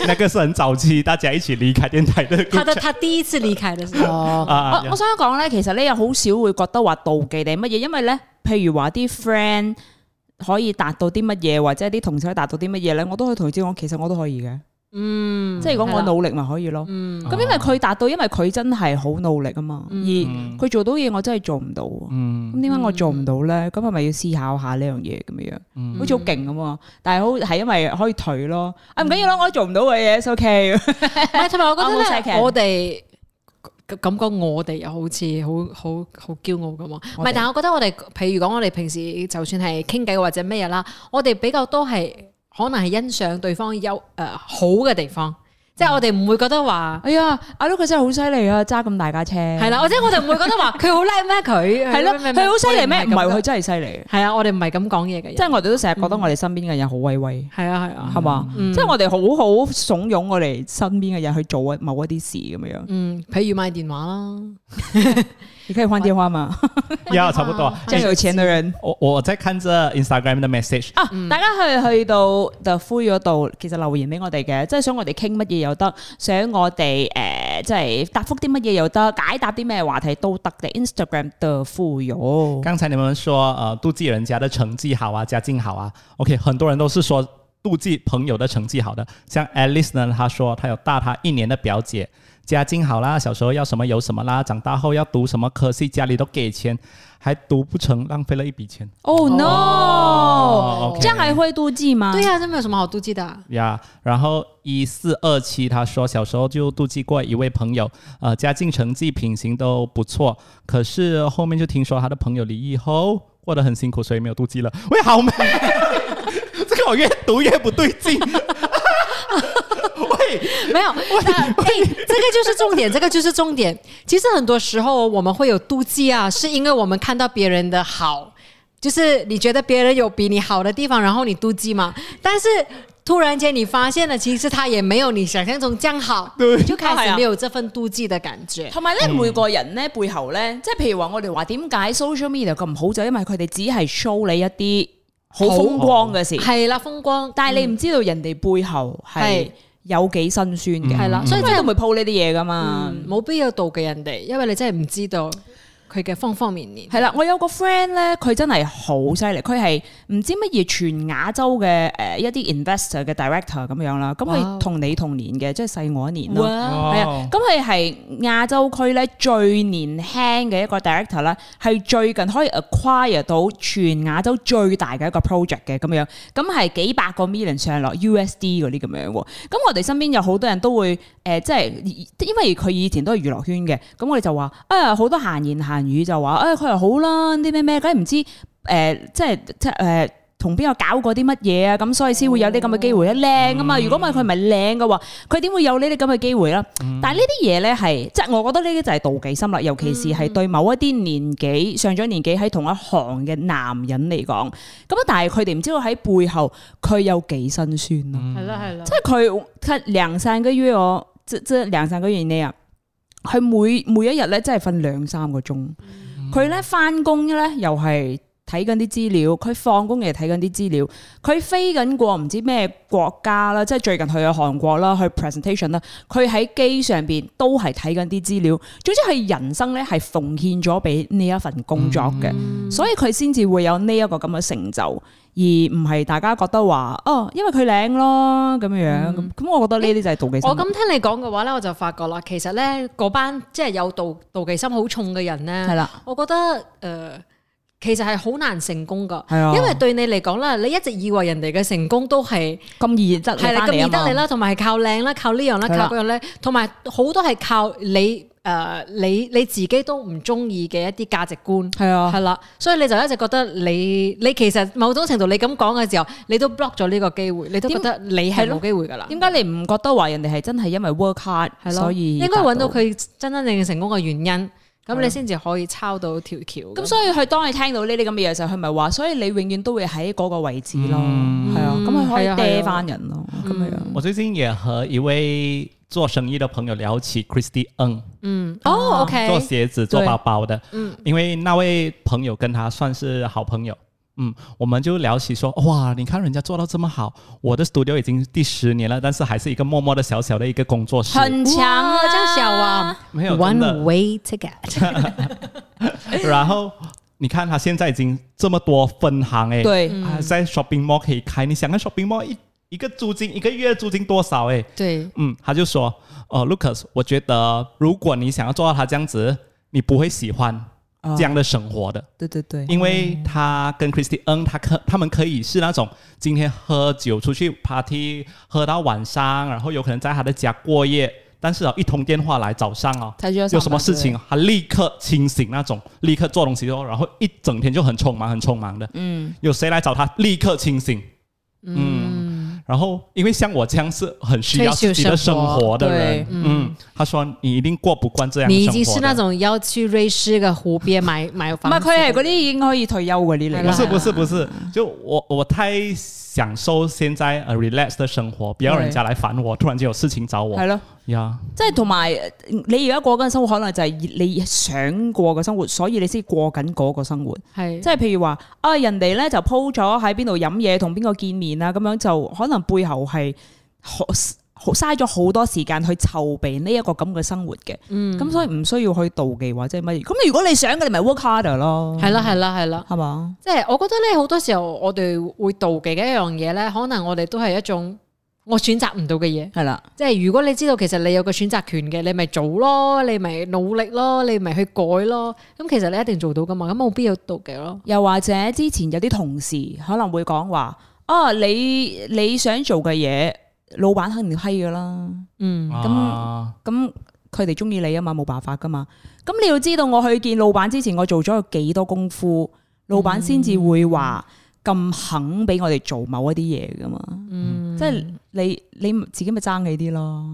B: 那个是很早期大家一起离开电台的
C: 他
B: group
C: 的
B: chat
C: 他第一次离开的时候，
A: 哦。
B: 啊
A: 我我想講咧，其實咧又好少會覺得話妒忌定乜嘢，因為咧，譬如話啲 friend 可以達到啲乜嘢，或者啲同事可以達到啲乜嘢咧，我都可以同佢知講，其實我都可以嘅。
C: 嗯，
A: 即係如果我
C: 係啦，
A: 努力咪可以咯。
C: 嗯，
A: 咁因為佢達到，因為佢真係好努力啊嘛，而
B: 嗯
A: 佢做到嘢我真係做唔到喎。
B: 嗯
A: 咁點解我做唔到咧？
C: 嗯
A: 咁係咪要思考下呢樣嘢咁樣？
B: 嗯
A: 好似好勁咁喎，但係好係因為可以退咯。啊唔緊要
C: 嗯
A: 啦，我都做唔到嘅嘢，it's OK。
C: (laughs) 唔係同埋我覺
A: 我冇晒
C: 得
A: 劇
C: 咧，我哋。感覺我哋又好似好好好驕傲咁啊！唔
A: 我哋
C: 係，但係我覺得我哋，譬如講我哋平時就算係傾偈或者咩嘢啦，我哋比較多係可能係欣賞對方優誒、呃好嘅地方，即係我哋唔會覺得話
A: 哎呀，阿 Lu 佢真係好犀利啊，揸咁大架車。
C: 係啦，或者我哋唔會覺得
A: (laughs)
C: 話佢好叻咩？佢
A: 嗯係咯，佢好犀利咩？唔係，佢
C: 係
A: 真係犀利。
C: 係啊，我哋唔係咁講嘢嘅
A: 即
C: 人，
A: 係我哋都成日覺得我哋身邊嘅人好威威，
C: 係啊係啊
A: 係，嘛？即係我哋好好慫恿我哋身邊嘅人去做某一啲事咁樣。
C: 嗯，譬如買電話啦，
A: 你可以換電話嘛？
B: 呀，差不多。
A: 真係有錢嘅人。
B: 我我在看这 Instagram 的 message，
A: 啊！大家去去到 The Full 嗰度，其實留言俾我哋嘅，即係想我哋傾乜嘢又得，想我哋誒、呃即係答覆啲乜嘢又得，解答啲咩話題都得嘅。Instagram The Full
B: 刚才你们说呃妒忌人家的成绩好啊，家境好啊，OK，很多人都是说妒忌朋友的成绩好的。像 Alice 呢，她说她有大她一年的表姐，家境好啦，小时候要什么有什么啦，长大后要读什么科系，家里都给钱，还读不成，浪费了一笔钱。
A: Oh no！、
B: 哦，OK
A: 這樣還會妒忌嗎？
C: 對啊，真係有什麼好妒忌
A: (laughs)
C: 的啊？
B: 呀然后一四二七他说小时候就妒忌过一位朋友，呃，家境成绩品行都不错，可是后面就听说他的朋友离异后过得很辛苦，所以没有妒忌了。喂，好美， (laughs) 这个我越读越不对劲。喂，
C: 没有，那哎、这个就是重点，这个就是重点。其实很多时候我们会有妒忌啊，是因为我们看到别人的好，就是你觉得别人有比你好的地方，然后你妒忌嘛。但是突然间你发现了，其实他也没有你想象中这样好，你就
A: 哦
C: 开
A: 啊
C: 始没有这份妒忌的感觉。
A: 同埋咧，每個人咧背後咧，即係譬如話，我哋話點解 social media 咁唔好，就因為佢哋只係 show 你一啲好風光嘅事，
C: 系啦，风光，
A: 但係你唔知道人哋背後係
C: 嗯係
A: 有幾辛酸嘅，
C: 係啦所以
A: 因為都唔會 po 呢啲嘢噶嘛。
C: 嗯冇必要妒忌人哋，因为你真系唔知道佢嘅方方面面。
A: 係啦，我有個 friend 咧，佢真係好犀利，佢係唔知乜嘢全亞洲嘅诶、呃一啲 investor 嘅 director 咁樣啦，咁
C: 哇
A: 佢同你同年嘅，即係細我一年啦。
B: 哦
C: 哇！
A: 係啊，咁佢係亞洲區咧最年輕嘅一個 director 啦，係最近可以 acquire 到全亞洲最大嘅一個 project 嘅咁樣，咁係幾百個 million 上落 USD 嗰啲咁樣喎。咁我哋身邊有好多人都會誒、呃即係因為佢以前都係娛樂圈嘅，咁我哋就話啊，好多閒言閒語就話啊，佢又好啦，啲咩咩，梗係唔知誒、呃即係即係誒。呃同邊個搞過啲乜嘢啊？咁所以先會有啲咁嘅機會咧，靚啊嘛！如果唔係佢唔係靚嘅話，佢點會有呢啲咁嘅機會啦？但係呢啲嘢咧係，即係我覺得呢啲就係妒忌心啦，尤其是係對某一啲年紀上咗年紀喺同一行嘅男人嚟講，咁啊但係佢哋唔知道喺背後佢有幾辛酸咯。
C: 系啦系啦
A: 即，係佢佢兩三個月哦，即即係兩三個月呢啊，佢每每一日咧真係瞓兩三個鐘。
C: 嗯
A: 佢咧翻工咧又係睇緊啲資料，佢放工又睇緊啲資料，佢飛緊過唔知咩國家啦，即係最近去咗韓國啦，去 presentation 啦，佢喺機上邊都係睇緊啲資料。總之佢人生咧係奉獻咗俾呢一份工作嘅，
C: 嗯
A: 所以佢先至會有呢一個咁嘅成就，而唔係大家覺得話哦，因為佢靚咯咁樣咁。咁、我覺得呢啲就係妒忌心。
C: 嗯我咁聽你講嘅話咧，我就發覺啦，其實咧嗰班即係有妒妒忌心好重嘅人
A: 係
C: 咧，
A: 啦，
C: 我覺得誒、呃其實係好難成功噶，
A: 係啊
C: 因為對你嚟講啦，你一直以為人哋嘅成功都係
A: 咁易得你
C: 係啦
A: 返嚟
C: 咁
A: 啊
C: 易得
A: 嘛
C: 你啦，同埋係靠靚啦，靠呢樣啦，
A: 係啦
C: 靠嗰樣咧，同埋好多係靠你誒、呃你你自己都唔中意嘅一啲價值觀。
A: 係啊
C: 係，啦，所以你就一直覺得你你其實某種程度你咁講嘅時候，你都 block 咗呢個機會，你都覺得你係
A: 係咯
C: 冇機會㗎啦。
A: 點解你唔覺得話人哋係真係因為 work hard
C: 系咯，
A: 所以
C: 應該揾到
A: 達
C: 佢真真正正成功嘅原因，咁你先至可以抄到條橋。
A: 咁
C: 咁
A: 所以佢當你聽到呢啲咁嘅嘢嘅時候，佢咪話，所以你永遠都會喺嗰個位置咯，係啊，咁佢可以
C: 係啊係啊
A: 嗲翻人咯，咁樣。
B: 我最近也和一位做生意的朋友聊起 Christy Ng，
C: 嗯，哦
B: 做
C: ，OK，
B: 鞋子、做
A: 对
B: 包包的，嗯，因为那位朋友跟他算是好朋友，嗯，我们就聊起说，哇，你看人家做到这么好，我的 studio 已经第十年了，但是还是一个默默的小小的一个工作室，
A: 很強啊，
C: 哇真小啊！
B: 没有真 (laughs) 的。
C: way ticket，
B: 然后你看他现在已经这么多分行哎，
A: 對
B: 啊，在 shopping mall 可以开，你想看 shopping mall 一一个租金一个月租金多少哎？
C: 對，
B: 嗯，他就说，哦，Lucas，我觉得如果你想要做到他这样子，你不会喜欢
C: 嗯
A: 啊
B: 这样的生活的。
A: 對對對，
B: 因为他跟 Christy N，他可他们可以是那种今天喝酒出去 party 喝到晚上，然后有可能在他的家过夜，但是哦一通电话来早上哦，
A: 他就要上班
B: 有什么事情他立刻清醒那种，立刻做东西哦，然后一整天就很匆忙很匆忙的，嗯，有谁来找他立刻清醒，嗯。然后因为像我这样是很需要自己的生活的
A: 追
B: 人
A: 求生活对，
B: 嗯，他说你一定过不惯这样的
C: 你已
B: 生活的。
C: 经是那种要去瑞士嘅湖边买买
A: 唔
C: 房
A: 係
C: 子，
A: 佢係嗰啲已經可以退休嗰啲嚟
B: 不
C: 係
A: 㗎
C: 啦
B: 是不是不是，就我我太享受现在呃 relax 的生活，不要人家来烦我，突然间有事情找我
A: 係咯，
B: 呀。
A: 即係同埋你而家過緊嘅生活，可能就係你想過嘅生活，所以你先過緊嗰個生活。
C: 係
A: 即係譬如話啊，人哋咧就 po 咗喺邊度飲嘢，同邊個見面啊，咁樣就可能背後係好好嘥咗好多時間去籌備呢一個咁嘅生活嘅。咁所以唔需要去妒忌或者乜嘢。咁如果你想嘅，你咪 work harder 咯，
C: 係啦係啦係啦。
A: 係嘛？
C: 即係我覺得咧，好多時候我哋會妒忌嘅一樣嘢咧，可能我哋都係一種我選擇唔到嘅嘢。
A: 係啦，
C: 即係如果你知道其實你有個選擇權嘅，你咪做咯，你咪努力咯，你咪去改咯。咁其實你一定做到噶嘛，咁冇必要妒忌咯。
A: 又或者之前有啲同事可能會講話啊，你你想做嘅嘢，老闆肯定閪㗎啦。
C: 嗯，
A: 咁
B: 啊
A: 咁佢哋中意你啊嘛，冇辦法噶嘛。咁你要知道，我去見老闆之前，我做咗有幾多功夫，老闆先至會話咁肯俾我哋做某一啲嘢噶嘛。嗯，即係你你自己咪爭你啲咯。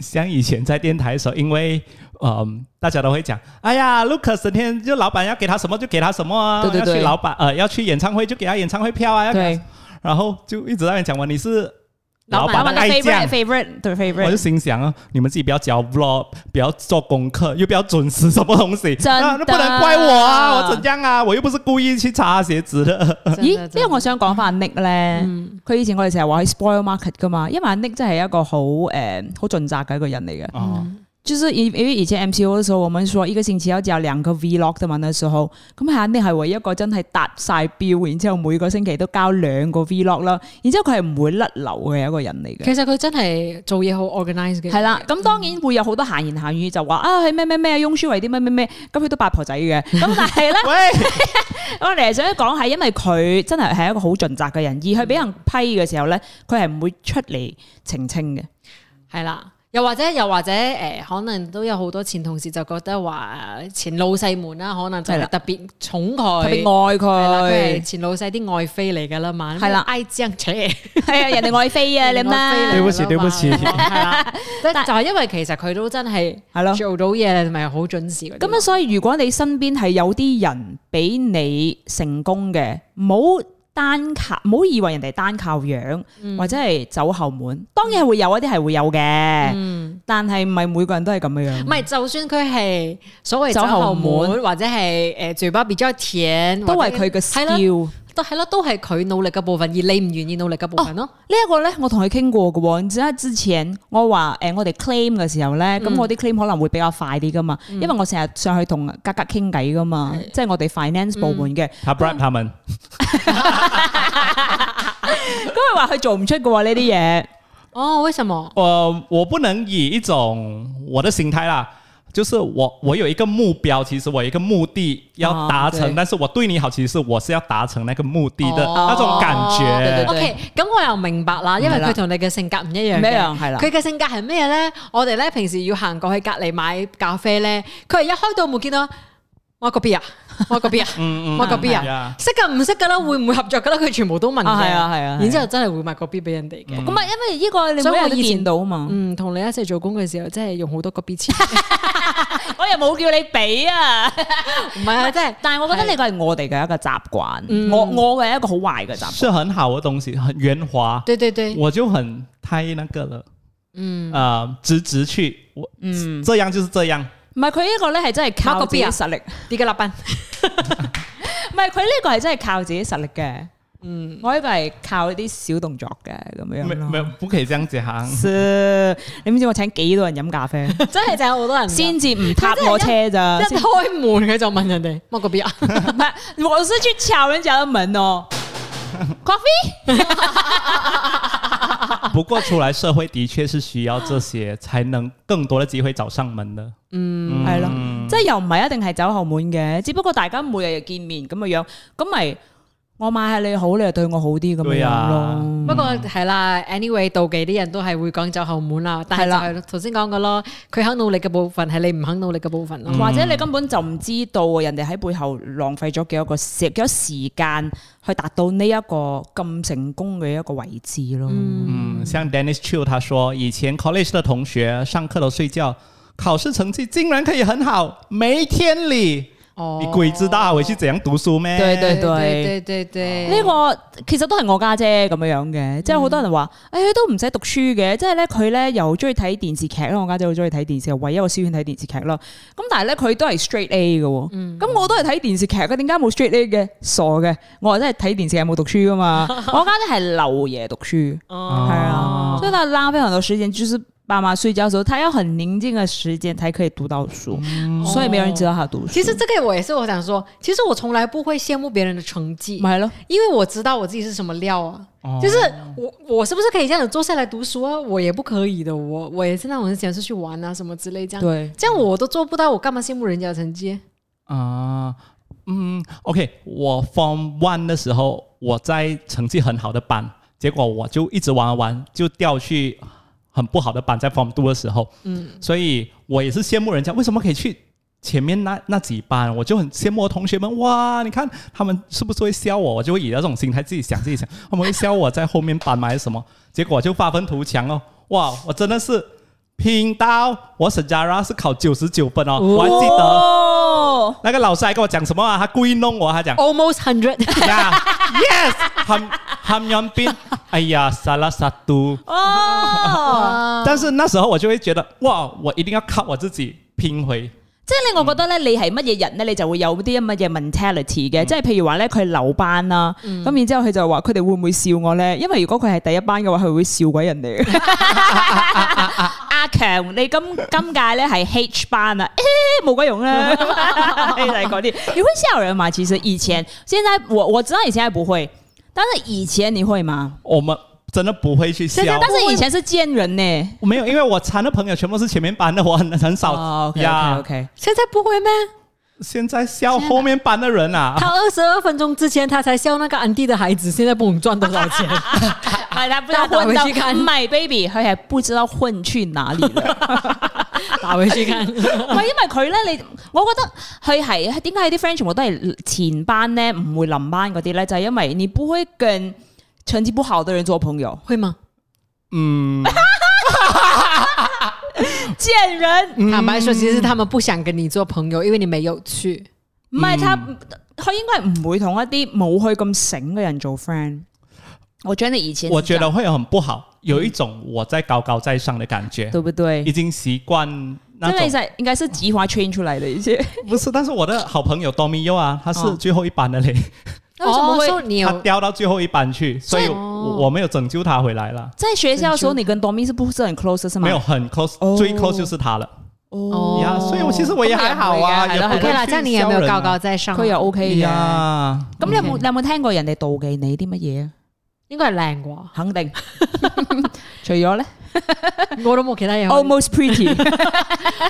B: 像以前在电台的时候，因为嗯，大家都会讲，哎呀，Lucas 整天就老板要给他什么就给他什么啊，
A: 对对
B: 要
A: 对
B: 去老板呃要去演唱会就给他演唱会票啊，要给
A: 對
B: 他，然后就一直在那边讲我你是
A: 老
B: 板
A: 闆
B: 的
A: 嘅
B: 爱将
A: favorite。favorite 对
B: 我
A: favorite。
B: 就心想啊，你们自己不要教 vlog，不要做功课，又不要准时什么东西，
A: 真的
B: 啊，那不能怪我啊，我怎样啊，我又不是故意去擦鞋子的。
A: (laughs) 咦，因為我想講翻阿 Nick 咧，佢以前我哋成日話喺 spoil market 噶嘛，因為阿 Nick 真係一個好誒好盡責嘅一個人嚟嘅。
B: (laughs) 哦，
A: 就是因因为以前 MCO 嘅時候，我們說一個星期要有兩個 vlog 嘅嘛，那時候咁肯定係唯一一個真係達晒標，然之後每個星期都交兩個 vlog 啦，然之後佢係唔會甩流嘅一個人嚟嘅。
C: 其實佢真係做嘢好 organize 嘅。
A: 係啦，咁當然會有好多閒言閒語就話啊，佢咩咩咩，翁舒為啲咩咩咩，咁佢都八婆仔嘅。咁但係咧，
B: 喂，
A: 我哋係想講係因為佢真係係一個好盡責嘅人，而佢俾人批嘅時候咧，佢係唔會出嚟澄清嘅。
C: 係啦。又或者又或者誒、呃可能都有好多前同事就覺得話呃前老細們啦，可能就
A: 係
C: 係
A: 啦
C: 特別寵
A: 特別
C: 佢，
A: 愛
C: 係啦佢
A: 佢
C: 係，前老細啲愛妃嚟㗎啦嘛，哎
A: 係啦
C: ，I 將且。
A: 係啊，人哋愛妃啊，你
C: 另外
A: 媽
B: 對
C: 飛嚟
B: 不起
C: 啦
B: 對不
C: 嘛
B: 起
C: 係
A: (laughs)
C: 啦即係就係因為其實佢都真係
A: 係咯。
C: 做到嘢，咪好準時嗰啲。
A: 咁啊樣所以如果你身邊係有啲人比你成功嘅，唔好單靠，唔好以為人哋單靠樣、
C: 嗯
A: 或者係走後門。當然係會有一啲係會有嘅，但係唔係每個人都係咁嘅樣。
C: 嗯唔係，就算佢係所謂
A: 走
C: 走
A: 後
C: 後
A: 門
C: 門，或者係誒嘴巴比較甜，
A: 都
C: 或
A: 係
C: 者
A: 佢嘅
C: 係啦
A: skill。
C: 都係咯，都係佢努力嘅部分，而你唔願意努力嘅部分咯。
A: 呢一個咧，我同佢傾過嘅喎。然之後啊之前我話誒、呃我哋 claim 嘅時候咧，
C: 嗯
A: 咁、我啲 claim 可能會比較快啲噶嘛，因為我成日上去同格格傾偈噶嘛，即係我哋 finance
C: 嗯
A: 部門嘅。
B: 他 bribe 他们，
A: 咁佢話佢做唔出嘅喎呢啲
C: (laughs)
A: 嘢。
C: 哦，為什麼？
B: 我呃我不能以一种我的心态啦。就是我，我有一个目标，其实我有一个目的要达
A: 哦
B: 成，
A: 对
B: 但是我对你好，其实我是要达成那个目的的、
A: 哦
B: 那种感觉。
A: 对对对
C: OK，咁我又明白啦，因為
A: 係啦
C: 佢同你嘅性格唔一樣
A: 唔一
C: 嘅。
A: 啊樣係啦
C: 佢嘅性格係咩咧？我哋咧平時要行過去隔離買咖啡咧，佢係一開到門見到我
A: (laughs)
C: 個 B 啊，我個 B 啊，
B: 嗯嗯
C: 我個 B 啊。
B: 呀
C: 識噶唔識噶啦，會唔會合作噶啦？佢全部都問嘅，
A: 啊係啊係啊係啊
C: 然之後真係會買個 B 俾人哋嘅。
A: 咁啊，因為呢個你
C: 所以
A: 每日
C: 我
A: 都
C: 以前
A: 見到啊嘛，
C: 嗯，同你一齊做工嘅時候，真係用好多個 B (laughs) 錢，
A: 我又冇叫你俾啊。
C: 唔係啊，真係。
A: (laughs) 但係我覺得呢個係我哋嘅一個習慣，我我嘅一個好壞嘅習慣。
B: 是很好的东西，很圆滑。
C: 對對對，
B: 我就很太那个了，嗯，啊，直直去，我，嗯，这样就是这样，
A: 唔係佢呢個咧係真係靠自己實力，
C: 啲嘅立賓，
A: 唔係佢呢個係真係靠自己實力嘅。嗯，我呢個係靠啲小動作嘅咁
B: 没
A: 樣
B: 没
A: 咯。
B: 有不可以这样 (laughs) 讲。
A: 是你唔知我請幾多人飲咖 (laughs) 啡，
C: (laughs) 真係就有好多人啊先
A: 先至唔搭我車咋？
C: 一
A: 先
C: 開門佢就問人 (laughs) 哋乜個 B 啊？
A: 唔係，我是去敲人家的門 (laughs) 哦。Coffee，
B: 不过出来社会的确是需要这些，才能更多的机会找上门的。嗯
A: 係咯。即係又唔係一定係走後門嘅，只不過大家每日見面咁嘅樣，咁咪我買係你好，你又對我好啲咁
B: 對
A: 樣樣
B: 啊
A: 咯。
C: 不過係啦，anyway 妒忌啲人都係會講走後門啦，但係
A: 係
C: 就
A: 啦
C: 係頭先講嘅咯，佢肯努力嘅部分係你唔肯努力嘅部分
B: 嗯
C: 咯。
A: 或者你根本就唔知道人哋喺背後浪費咗幾多個時幾多時間去達到呢一個咁成功嘅一個位置咯。
B: 嗯，像 Dennis Chu 他说，以前 college 的同学上课都睡觉，考试成绩竟然可以很好，没天理！
C: 哦
B: 你鬼知道我是怎样读书咩？
A: 對對對
C: 嗯對對對對，
A: 呢個其實都係我家姐咁樣樣嘅，即係好多人話，誒、都唔使讀書嘅，即係咧佢咧又中意睇電視劇啦，我家姐好中意睇電視，唯一個書圈睇電視劇啦。咁但係咧佢都係 straight A 嘅喎，咁、我都係睇電視劇嘅，點解冇 straight A 嘅？傻嘅，我係真係睇電視劇冇讀書噶嘛，我家姐係漏夜讀書，
C: 哦
A: 係啊，所以佢浪費很多時間，就是爸媽睡覺嘅時候，他要很寧靜嘅時間才可以讀到書，所以沒有人知道他讀書，
C: 其實這個我也是我想說，其實我從來不會羨慕別人的成績
A: 咪，係咯。
C: 因為我知道我自己是什麼料啊。
B: 哦
C: 就是我我是不是可以這樣子坐下來讀書啊？我也不可以的，我我也是那種很喜歡出去玩啊什麼之類這樣。
A: 對，
C: 這樣我都做不到，我幹嘛羨慕人家的成績？
B: 啊、嗯，OK，我 Form One 的时候，我在成绩很好的班，结果我就一直玩玩玩，就调去很不好的班，在 Form Two 的时候，嗯，所以我也是羡慕人家为什么可以去。前面那那几班，我就很羡慕我同学们，哇！你看他们是不是会笑我？我就会以那种心态自己想自己想，他们会笑我在后面班吗还是什么？结果就发愤图强哦，哇！我真的是拼到我 s a j a r a 是考九十九分哦，我还记得
A: 哦
B: 那个老师还跟我讲什么啊？他故意弄我，他讲
C: Almost
B: (laughs)
C: hundred，
B: 呀，yes，含含杨
A: (laughs)
B: 斌，哎呀，萨拉萨都。
A: 哦。
B: (laughs) 但是那时候我就会觉得，哇，我一定要靠我自己拼回。
A: 即係咧，我覺得咧，你係乜嘢人咧，你就會有啲乜嘢 mentality 嘅。即係譬如話咧，佢留班啦，咁然之後佢就話佢哋會唔會笑我咧？因為如果佢係第一班嘅話，佢會笑鬼人哋嘅。阿強，你今今屆咧係 H 班啊，誒冇鬼用啦，你就係嗰啲。你會笑人嘛？其實以前，現在我我知道你現在不會，但是以前你會嗎？
B: 我们真的不会去
A: 現在
B: 笑
A: 但，是以前是見人呢。
B: 没有，因为我参的朋友全部是前面班的，我很很
A: 哦
B: 少
A: ，OK OK OK。
C: 現在不會咩？
B: 现在笑后面班的人啊， (laughs)
C: 他二十二分鐘之前，他才笑那個安迪的孩子，現在不懂賺多
B: (laughs)
C: 少
A: (laughs)
C: 錢。
A: 系啦，不知道混
C: 打
A: 到
C: 回去看
A: 唔系 baby，佢係不知道混去哪里
B: (laughs)
A: 了。
C: 打回去看，
A: 唔係因為佢咧，你我覺得佢係點解啲 friend 全部都係前班咧，唔會臨班嗰啲咧，就係因為你不會跟成績不好的人做朋友，
C: 會嗎？
B: 嗯，
A: 贱人
B: 嗯
C: 坦白說，其實他們不想跟你做朋友，因為你沒有去。
A: 唔
B: 嗯
A: 係他，佢應該係唔會同一啲冇佢咁醒嘅人做 friend。我覺得以前是
B: 我觉
A: 這樣
B: 得会很不
A: 嗯
B: 好，有一种我在高高在上的感觉，
A: 對不對？
B: 已經习惯那
A: 因
B: 种
A: 為在應該是吉華 train 出來的一些，
B: 不是，但是我的好朋友 Domio 啊，他是
A: 哦
B: 最后一班的嘞，
C: 那為什麼會
A: 所
C: 你
B: 哦他
C: 有哦
B: 掉到最后一班去，所以
A: 所以
B: 我我没有拯救他回来了，
A: 在學校嘅時候，你跟 Domi 是不是很 close 的是嗎？
B: 没有很 close，、
A: 哦
B: 最 close 就是他了
A: 哦
B: 呀。所以我其实我也还好啊，
A: 咁
B: 也
A: 又唔會嘅係咯係咯
B: 不
C: OK 啦？
B: 会
C: 這樣你
B: 去
C: 有
B: 笑
C: 沒有
B: 人
C: 高
B: 啊
C: 高在上？
A: 佢又 OK 嘅。
B: 呀，
A: 咁你有冇你有冇聽過人哋妒忌你啲乜嘢啊？
C: 應該係
B: (laughs)
C: 靚啩，
A: 肯定， (laughs) 除咗咧
C: 我都冇其他
A: (laughs)
C: 嘢可以，
A: ，almost pretty。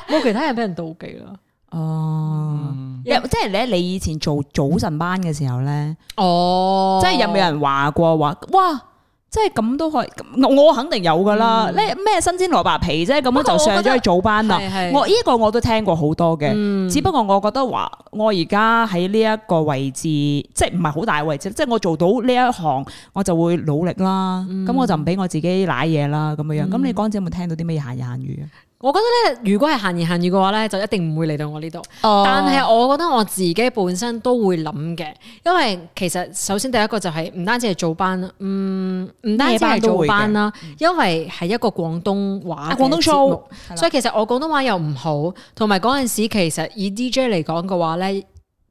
C: 冇其他人俾人妒忌啦。
A: (laughs) 哦，
B: 嗯
A: 有即係咧，你以前做早晨班嘅時候咧，
C: 哦
A: 即係有冇？人話過話，哇，即係咁都可以，我我肯定有噶啦。
C: 嗯
A: 咧咩新鮮蘿蔔皮啫，咁樣就上咗去早班啦
C: 不過我覺得係。嗯係
A: 我呢個我都聽過好多嘅，只不過我覺得話，我而家喺呢一個位置，即係唔係好大位置，即係我做到呢一行，我就會努力啦。
C: 嗯
A: 咁我就唔俾我自己舐嘢啦，咁樣樣。咁你嗰陣時有冇聽到啲咩閒言閒語啊？
C: 我覺得咧，如果係閒言閒語嘅話咧，就一定唔會嚟到我呢度。
A: 哦
C: 但係我覺得我自己本身都會諗嘅，因為其實首先第一個就係唔單止係早班啦，嗯，唔單止係早班啦，因為係一個廣東話
A: 嗯啊
C: 嘅
A: 廣東
C: 節目
A: show 係啦
C: 所以其實我廣東話又唔好，同埋嗰陣時其實以 DJ 嚟講嘅話咧，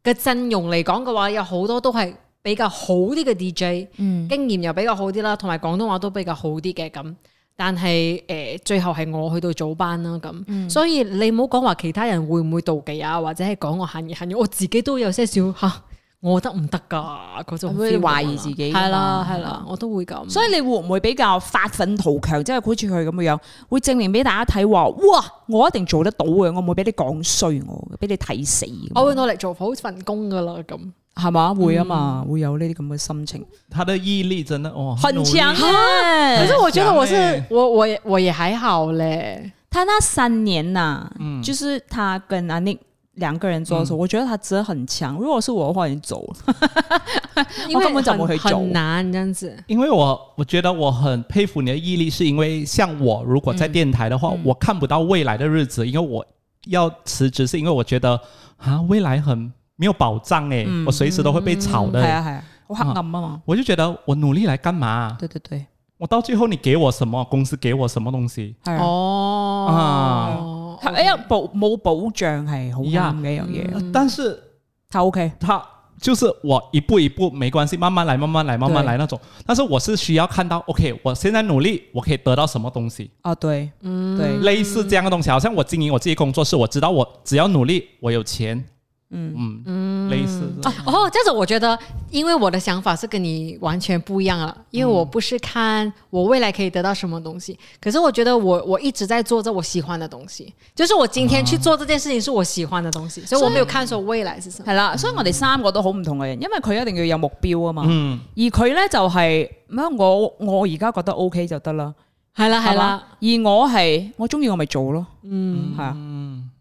C: 嘅陣容嚟講嘅話，有好多都係比較好啲嘅 DJ，、經驗又比較好啲啦，同埋廣東話都比較好啲嘅咁。但係誒、呃最後係我去到早班啦咁，
A: 嗯
C: 所以你唔好講話其他人會唔會妒忌啊，或者係講我閒言閒語，我自己都有些少嚇。我得唔得㗎嗰種啊
A: 會
C: feel 㗎嘛
A: 懷疑自己㗎嘛
C: 係啦係啦，我都會咁。
A: 所以你會唔會比較發奮圖強，即係好似佢咁嘅樣，會證明俾大家睇話，哇！我一定做得到嘅，我唔會俾你講衰我嘅，俾你睇死咁，
C: 我會攞嚟做好份工㗎啦，
A: (laughs)
C: 咁
A: 係嘛？會啊嘛，會有呢啲咁嘅心情，
B: 他的毅力真的哇，
A: 很
B: 努力
C: 欸
A: 強啊
C: 可！是我觉得我是
B: 很强欸
C: 我我也我也还好嘞，
A: 他那三年呐、就是他跟阿 Nick 两个人做的时候，我觉得他真的很强。如果是我的话，已经走了。
C: 因为
A: 根本就不会
C: 很
A: 走
C: 很难这样子。
B: 因为我我觉得我很佩服你的毅力，是因为像我如果在电台的话，
C: 嗯
B: 我看不到未来的日子，因为我要辞职，是因为我觉得啊未来很没有保障哎、
C: 嗯
B: 我随时都会被炒
A: 系
B: 的、欸
A: 啊系啊，好黑暗啊嘛。
B: 我就觉得我努力来干嘛、
A: 对对对，
B: 我到最后你给我什么，公司给我什么东西？
A: 系啊，哎
C: 哦，
A: 因為保冇保障係好啱嘅一樣嘢。
B: 但是
A: 他 OK，
B: 他就是我一步一步没关系，慢慢来，慢慢来，慢慢来那种。但是我是需要看到，OK，我现在努力，我可以得到什么东西，
A: 啊对，嗯对，
B: 类似这样的东西。好像我经营我自己工作室，我知道我只要努力，我有钱，嗯嗯，类似这
A: 啊
B: 种。
C: 哦，这样子我觉得，因为我的想法是跟你完全不一样了，因为我不是看我未来可以得到什么东西，可是我觉得我我一直在做着我喜欢的东西，就是我今天去做这件事情是我喜欢的东西，所以我没有看说未来是什么。
A: 係啦。所以我哋三個都好唔同嘅人，因為佢一定要有目標啊嘛。
B: 嗯，
A: 而佢咧就係咩？我我而家覺得 OK 就得啦，
C: 系啦系
A: 係
C: 啦，
A: 嘛。而我係我中意我咪做咯。
C: 嗯，
A: 係啊，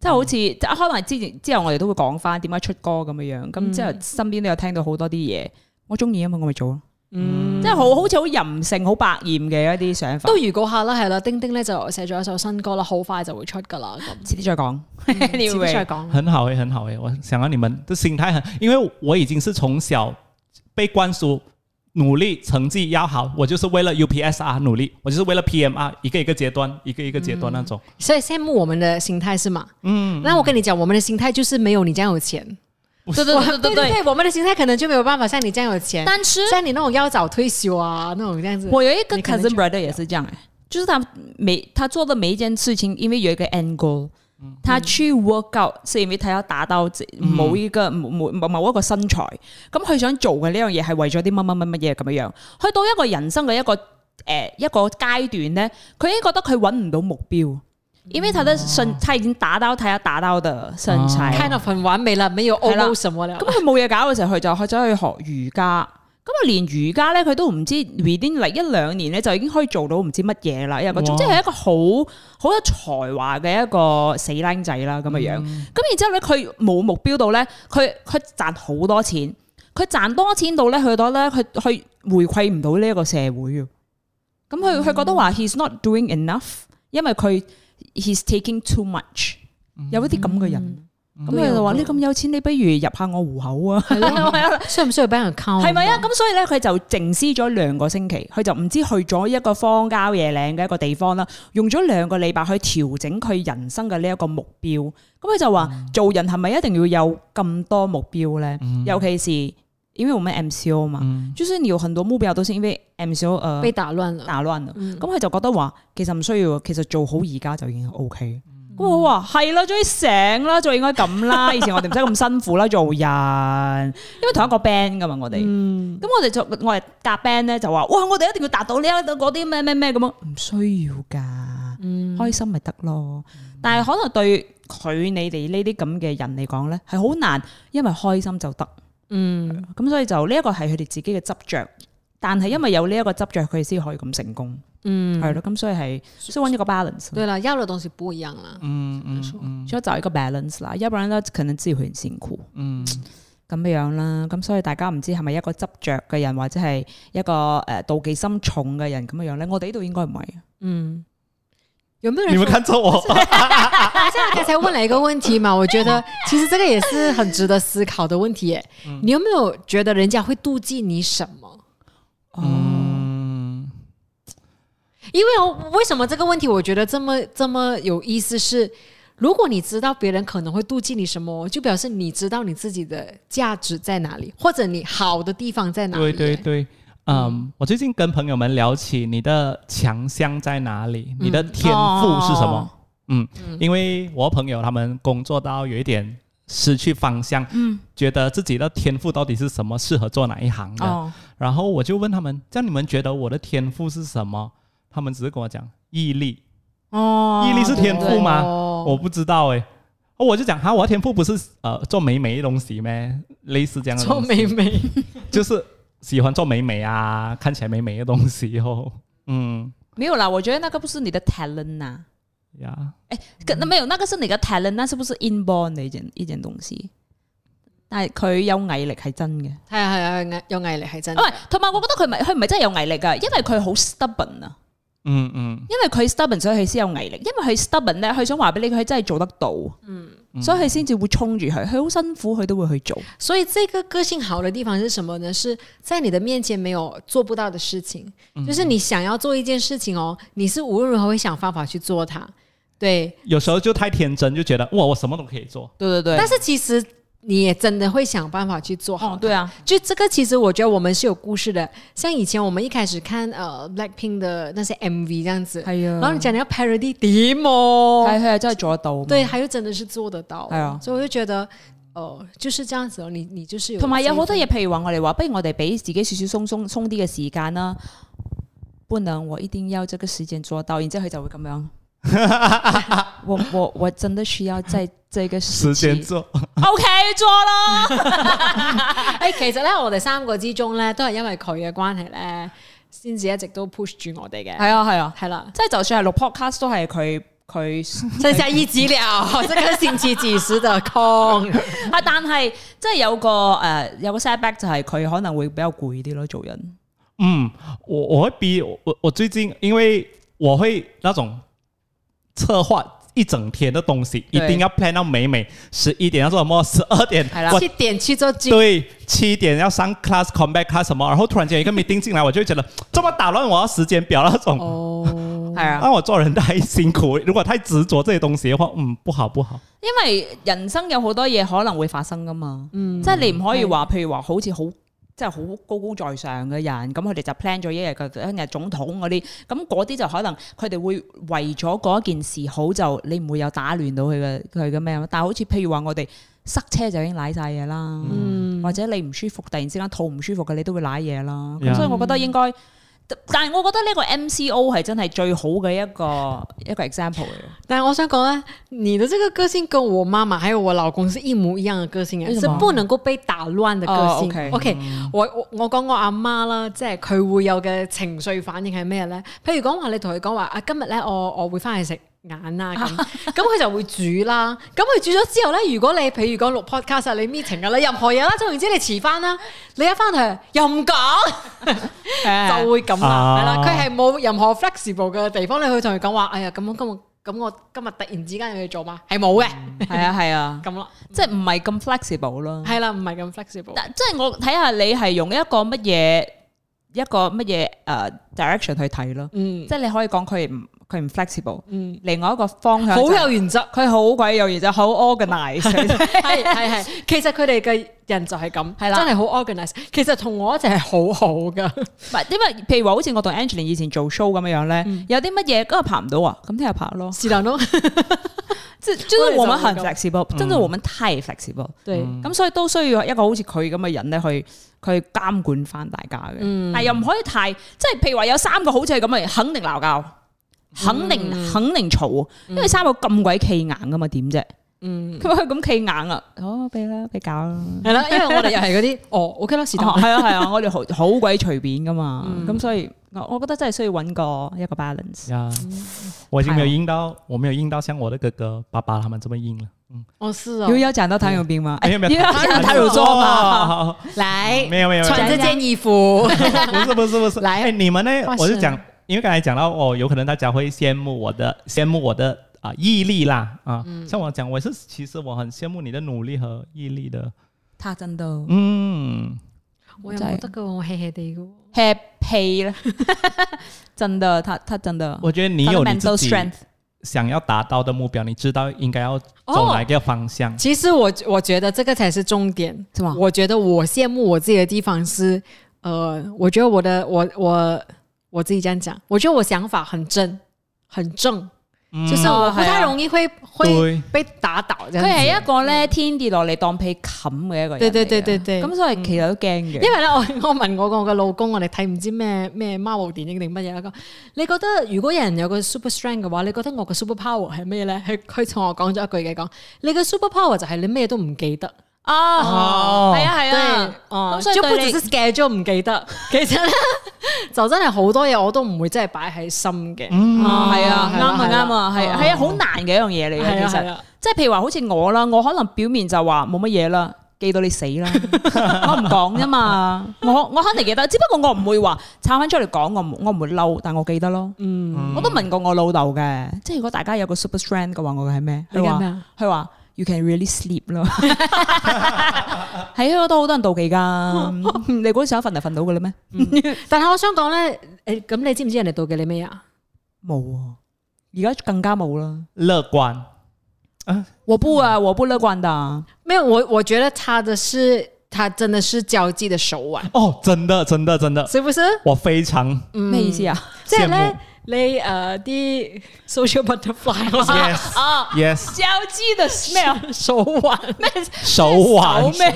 A: 即係好似即係可能之前之後我哋都會講翻點解出歌咁嘅樣，
C: 嗯
A: 咁之後身邊都有聽到好多啲嘢，我中意啊嘛，我咪做咯，即係好好似好淫性、好百厭嘅一啲想法
C: 嗯都。預告下啦，係啦，丁丁咧就寫咗一首新歌啦，好快就會出噶啦，咁
A: 遲啲再講
C: 嗯
A: (laughs)
C: 遲啲再
A: ，anyway，
C: 講。
B: 很好诶、欸很好诶、我想要你们的心态很，因为我已经是从小被灌输努力成绩要好，我就是为了 UPSR 努力，我就是为了 PMR 一个一个阶段，一个一个阶段那种。
C: 所以羡慕我们的心态是吗？嗯，那我跟你讲，我们的心态就是没有你这样有钱。
A: 對對對對
C: 对
A: 對。
C: 我们的心态可能就没有办法像你这样有钱，
A: 但是
C: 像你那种要早退休啊那种这样子。
A: 我有一个
C: 你可能
A: cousin
C: 就
A: brother 也是这樣嘅，就是他每他做的每一件事情，因為有一個 end goal。他
C: 嗯
A: 去 work out 是因為他要達到自某一個某某某一個身材，咁佢想做嘅呢樣嘢係為咗啲乜乜乜乜嘢咁樣樣。去到一個人生嘅一個诶、一個階段咧，佢已經覺得佢揾唔到目標，因為他的
C: 嗯
A: 身，他已經打到他要打到的身材。
C: kind of 很完美了，没有
A: 係啦
C: OO 什么了。 (laughs)
A: 咁佢冇嘢搞嘅時候，佢就開咗去學瑜伽。咁啊，連瑜伽咧，佢都唔知 within 嚟一兩年咧，就已經可以做到唔知乜嘢啦。一個
B: 哇
A: 即係一個好好有才華嘅一個死僆仔啦，咁嘅樣。咁、然之後咧，佢冇目標到咧，佢佢賺好多錢，佢賺多錢到咧，去到咧，佢佢回饋唔到呢一個社會啊。咁佢佢覺得話 he's not doing enough，因為佢 he's taking too much，有一啲咁嘅人。咁佢就話：你咁有錢，你不如入下我户口啊！
C: (laughs) 係咯，需唔需要俾人溝？
A: 係咪啊？？咁所以咧，佢就靜思咗兩個星期，佢就唔知去咗一個荒郊野嶺嘅一個地方啦，用咗兩個禮拜去調整佢人生嘅呢一個目標。咁佢就話：做人係咪一定要有咁多目標咧？尤其是因為我們 MCO
B: 嗯
A: 嘛，就是你有很多目標都是因為 MCO 呃
C: 被打亂了。
A: 打亂啦。咁佢就覺得話其實唔需要，其實做好而家就已經 O K。咁我話係啦，終於醒啦，就應該咁啦。 (laughs) 以前我哋唔使咁辛苦啦，做人，因為同一個 band 噶嘛，我哋。咁我哋就我哋夾 band 咧就話，哇！我哋一定要達到呢一度嗰啲咩咩咩咁樣，唔需要㗎，開心咪得咯。但係可能對佢你哋呢啲咁嘅人嚟講咧，係好難，因為開心就得。
C: 嗯，
A: 咁所以就呢一個係佢哋自己嘅執着，但係因為有呢一個執着，佢哋先可以咁成功。嗯，係咯，咁所以係需要揾一個 balance，
C: 對了，要的東西不一樣啊啦。
B: 嗯嗯
A: 需要找一個 balance 啦，要不然咧可能自己會很辛苦
B: 嗯，
A: 咁樣啦。咁所以大家唔知係咪一個執着嘅人，或者係一個誒、呃妒忌心重嘅人咁樣樣咧？我哋呢度應該唔係。
C: 嗯，有沒有
B: 你
C: 人
B: 们看着我，
C: 大家刚才问了一个问
B: (laughs)
C: 题嘛，我觉得其实这个也是很值得思考的问题耶。你有没有觉得人家会妒忌你什么？
B: 嗯，
C: 因为我为什么这个问题我觉得这么这么有意思是，如果你知道别人可能会妒忌你什么，就表示你知道你自己的价值在哪里，或者你好的地方在哪里
B: 对
C: 耶。
B: 对对，嗯，我最近跟朋友们聊起你的强项在哪里，你的天赋是什么？嗯，因为我朋友他们工作到有一点失去方向，嗯，觉得自己的天赋到底是什么，适合做哪一行的。
A: 哦，
B: 然后我就问他们，这样你们觉得我的天赋是什么？他们只是跟我讲毅力，
A: 哦，
B: 毅力是天赋吗？
C: 哦
B: 我不知道诶。哦我就讲哈，我的天赋不是呃做美美的东西咩？类似这样的
C: 做
B: 东西，
C: 美 (laughs) 美，
B: (laughs) 就是喜欢做美美啊，看起来美美的东西哦。嗯
A: 没有啦，我觉得那个不是你的 talent 呐、
B: 呀，
A: 跟那没有，那個是你嘅 talent，那是不是 inborn 嘅一件一件東西？但係佢有毅力係真嘅，唔
C: 係啊係啊，有毅有毅力係真嘅。
A: 係同埋我覺得佢唔係佢唔係真係有毅力噶，因為佢好 stubborn 啊，
B: 嗯嗯
A: 因為佢 stubborn 所以佢先有毅力，因為佢 stubborn 咧，佢想話俾你佢真係做得到，
B: 嗯
A: 所以佢先至會衝住佢，佢好辛苦佢都會去做，
C: 所以这个个性好的地方是什么呢？是在你的面前没有做不到的事情，就是你想要做一件事情哦，你是无论如何会想方法去做它。对，
B: 有时候就太天真，就觉得哇，我什么都可以做。
A: 對對對
C: 但是其实你也真的会想办法去做好它。
A: 哦，对啊，
C: 就这个，其实我觉得我们是有故事的。像以前我们一开始看呃 Blackpink 的那些 MV 这样子，
A: 係啊，
C: 然后你讲你要 parody 点哦，
A: 係佢係真係做得到嘛，
C: 对，还有真的是做得到，
A: 哎呀
C: 所以我就觉得，哦，就是这样子哦，你你就是有，
A: 同埋有好多嘢，，譬如話我哋話，不如我哋俾自己少少鬆鬆鬆啲嘅時間啦。不能，我一定要這個時間做到，然之後佢就會咁 (laughs) 樣。我我我真的需要 (laughs) 在這個時
B: 时间
A: 期。
B: 做，
A: O、k 做啦。
C: 诶、哎其實咧，我哋三個之中咧，都係因為佢嘅關係咧，先至一直都 push 住我哋嘅，
A: (laughs) 係啊係啊，
C: 係啦，
A: 即係就算係錄 podcast 都係佢 (laughs) 佢
C: 剩下一集了，這個星期幾時的空？
A: 啊，但係即係有個诶、呃有個 setback 就係佢可能會比較攰啲咯，做人。
B: 嗯，我我会逼我我我最近，因为我会那种策划一整天的东西，一
A: 对
B: 定要 plan 到美美十一点要做什么，十二点
A: 哎啦
B: 我
C: 七點去做主
B: 对七点要上 class comeback class 什么，然后突然间有一个 meeting 进来，我就会觉得这么打乱我的时间表那种。
C: 哦，
A: 係啊，
B: 让我做人太辛苦，如果太执着这些东西的话，嗯，不好不好。
A: 因為人生有好多嘢可能會發生噶嘛。
C: 嗯，
A: 即係你唔可以話，譬如話好似好即係好高高在上嘅人，咁佢哋就 plan 咗一日嘅一日總統嗰啲，咁嗰啲就可能佢哋會為咗嗰一件事好，就你唔會有打亂到佢嘅佢嘅咩。啊但係好似譬如話我哋塞車就已經舐晒嘢啦，
C: 嗯，
A: 或者你唔舒服，突然之間肚唔舒服嘅你都會舐嘢啦。咁
B: Yeah
A: 所以我覺得應該。但係我覺得呢個 MCO 係真係最好嘅一個一個 example 嚟嘅。
C: 但係我想講咧，你的這個個性跟我媽媽還有我老公是一模一樣的個性嘅啊
A: 為，什
C: 是
A: 麼
C: 不能夠被打亂的個性。
A: 哦，OK
C: OK，我我我講我阿媽啦，即係佢會有嘅情緒反應係咩咧？譬如講話你同佢講話啊，今日咧我我會翻去食。眼啊咁，
A: (laughs)
C: 咁佢就會煮啦。咁佢煮咗之後咧，如果你譬如講錄 podcast 啊你 meeting 啊，你任何嘢啦，總言之你遲翻啦，你一翻去又唔講。就會咁啦，
B: 啊
C: 係啦，佢係冇任何 flexible 嘅地方，你去同佢講話，哎呀，咁我今日咁我今日突然之間有嘢做嘛，係冇嘅，
A: 係啊係啊，
C: 咁啦，
A: 即係唔係咁 flexible 咯。
C: 係啦，唔係咁 flexible，
A: 但即係我睇下你係用一個乜嘢一個乜嘢誒 direction 去睇咯，
C: 嗯
A: 即係你可以講佢唔佢唔 flexible，
C: 嗯，
A: 另外一個方向
C: 好
A: 就係
C: 有原則，
A: 佢好鬼有嘢就好 organize，
C: 係係係， (laughs) 其實佢哋嘅人就係咁，
A: 係啦
C: 真係好 organize，其實同我一齊係好好噶，
A: (laughs) 唔係因為譬如話好似我同 Angeline 以前做 show 咁樣樣咧，有啲乜嘢今日拍唔到啊，咁聽日拍咯，
C: 是但咯，
A: 即係就是嗯我們很
C: 我哋
A: flexible，真係我們太 flexible，嗯
C: 對，
A: 咁所以都需要一個好似佢咁嘅人咧去。去監管翻大家嘅，但又唔可以太即係，譬如話有三個好似係咁嘅人，肯定鬧交，肯定、肯定嘈，因為三個咁鬼企硬噶嘛，點啫？
C: 嗯，
A: 佢話佢咁企硬啊，哦，俾啦，俾搞啦，
C: 係啦，因為我哋又係 (laughs) 嗰啲，哦，OK 啦，是但
A: 哦，係啊係啊，我哋好好鬼隨便噶嘛，咁、所以我我覺得真係需要揾個一個 balance。
B: 呀、我已经没有硬到，我没有硬到像我的哥哥、爸爸他们这么硬了。嗯，
C: 哦，是
A: 有
C: 哦，
A: 要講到糖尿病嗎？
B: 没有没有，
A: 要講糖尿
C: 做
A: 病嘛？
B: 哦
C: 來，
B: 没有没有，
C: 穿這件衣服，
B: 不是不是不是，
C: 来
B: 哎，你们呢
C: 画？室
B: 我就讲，因为刚才讲到哦，有可能大家会羡慕我的，羡慕我的啊、毅力啦啊，像我讲，我是其实我很羡慕你的努力和毅力的，
A: 他真都
B: 嗯，
C: (laughs) 我又冇得噶，我 hea hea 地噶，
A: happy 啦， (laughs) 真的，他他真的，
B: 我觉得你
A: 他的
B: 有你
A: mental
B: 自己
A: strength。
B: 想要达到的目标，你知道应该要
C: 哦
B: 走哪一个方向，
C: 其实我我觉得这个才是重点，
A: 是吗
C: 我觉得我羡慕我自己的地方是，呃，我觉得我的我我我自己这样讲，我觉得我想法很真，很正，
B: 嗯
C: 就是我不太容易会会
B: 对
C: 被打倒这样
A: 佢
C: 子。
A: 係一個咧天跌落嚟當被冚嘅一個人嚟
C: 對
A: 嘅。
C: 對對對
B: 嗯
C: 對
A: 咁所以其實都驚嘅。
C: 因為咧，我我 (laughs) 問我個我嘅老公，我哋睇唔知咩咩 Marvel 電影定乜嘢啦。佢話你覺得如果有人有個 super strength 嘅話，你覺得我嘅 super power 係咩咧？佢佢同我講咗一句嘅講，你嘅 super power 就係你咩都唔記得。
A: 啊，哦係啊係啊
C: 哦
A: 咁
C: 對，哦，
A: 所以
C: 就不
A: 對
C: 只
A: 你
C: 是 schedule 唔記得， (laughs) 其實咧就真係好多嘢我都唔會真係擺喺心嘅。嗯
A: 啊係啊，啱啊啱啊，係係啊，好難
C: 難
A: 嘅一樣嘢嚟
C: 係
A: 嘅
C: 啊
A: 其
C: 係
A: 實
C: 啊。
A: 即係譬如話，好似我啦，我可能表面就話冇乜嘢啦。記到你死 (laughs) 啦！我唔講啫嘛，我我肯定記得，只不過我唔會話炒翻出嚟講，我唔我唔會嬲，但我記得咯。嗯，我都問過我老豆嘅，即係如果大家有個 super strength 嘅話，我嘅係咩？
C: 你
A: 佢
C: 嘅
A: 話
C: 咩啊
A: 佢話 you can really sleep (laughs) 咯，喺香港都好多人妒忌噶。 (laughs) 你估想瞓就瞓到嘅啦咩？
C: 但係我想講咧，誒咁你知唔知人哋妒忌你咩啊？
A: 冇啊，而家更加冇啦。
B: 乐观，
A: 我不啊，我不樂觀的。
C: 沒有，我我覺得他的是，他真的是交際的手 (laughs) 腕，
B: 哦，真的真的真的，
C: 是不是？
B: 我非常
A: 咩意思啊？
C: 即係
B: 羨慕
C: 咧，你誒啲 social butterfly (laughs) 啦
B: yes
A: 啊， (laughs)
B: yes
A: 交際的咩啊？
C: 手 (laughs) 腕
A: 咩
B: 手
A: 手
B: 腕，
A: 咩？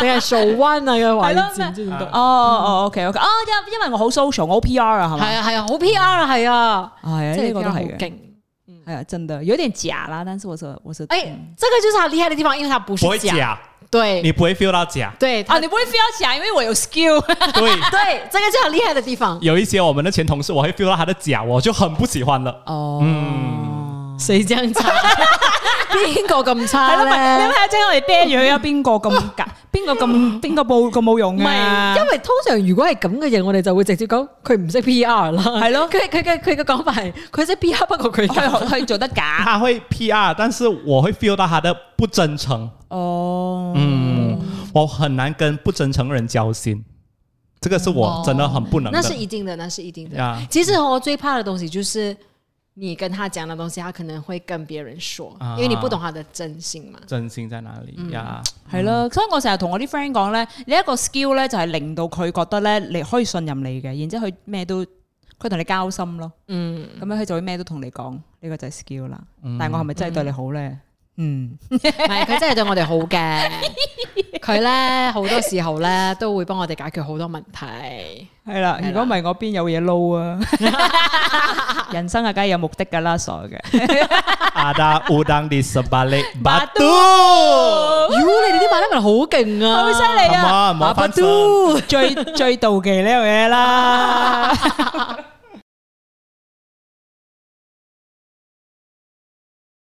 C: 定係手腕啊嘅
A: 係
C: 位
A: 咯
C: 置，唔知點讀
A: 哦？哦，OK OK，啊，因因為我好 social，我好 PR 啊，係
C: 係
A: 咪？
C: 啊係啊，好 PR 啊，係啊，
A: 係啊，
C: 即係
A: 呢個都
C: 好
A: 係嘅，
C: 勁。
A: 係啊，真的有點假啦，但是我是我是，
C: 哎，這個就是他厲害的地方，因為他不是
B: 不会
C: 假，
B: 假，
C: 對，
B: 你不会 feel 到假
C: (laughs) 對，
A: 啊，
C: 他
A: 你不會 feel 假，因為我有 skill，
B: 对。
C: 對，這個就是他厲害的地方。
B: 有一些我们的前同事，我会 feel 到他的假，我就很不喜欢了。
A: 哦，
C: 誰這樣 (laughs) 差？邊個咁
A: 係
C: 差
A: 咯，咪你
C: 咧
A: 睇？下即係我哋啤咗有邊個咁假， (laughs) 邊個咁邊個冇咁冇用啊
C: 唔係，
A: 嘅
C: 因，為通常如果係咁嘅人，我哋就會直接講佢唔識 PR 啦。係咯，佢佢嘅佢嘅講法係佢識 PR，不過佢
A: 佢 (laughs) 佢做得假，
B: 他会 PR，但是我会 feel 到他的不真诚。
A: 哦，
B: 嗯，我很难跟不真诚的人交心，这个是我真的很不能的。
C: (laughs) 哦那
B: (laughs)
C: 是一定的，那是一定的。
B: 呀
C: 其实我最怕的东西就是你跟他讲的东西，他可能会跟别人说，
B: 啊
C: 因为你不懂他的真心嘛。
B: 真心在哪里呀？
A: 係咯，所以我成日同我啲 friend 講咧，你一個 skill 咧就係令到佢覺得咧你可以信任你嘅，然之後佢咩都佢同你交心咯，
C: 嗯，
A: 咁樣佢就會咩都同你講，呢個就係 skill 啦。但我係咪真係對你好咧？嗯，
C: 唔系哎佢真系对我哋好嘅， (laughs) 佢咧好多时候咧都会帮我哋解决好多问题。
A: 係啦，如果唔係我邊有嘢撈啊？ (laughs) 人生啊，梗係有目的㗎啦，傻嘅。
B: 阿達烏當迪斯巴利巴杜，
C: (laughs)
A: 哦
C: 妖，你哋啲馬拉文好勁 (laughs) 啊，
A: 好犀利
B: 好
A: 啊！
B: 嘛，唔好翻身。
A: 最最妒忌呢樣嘢啦，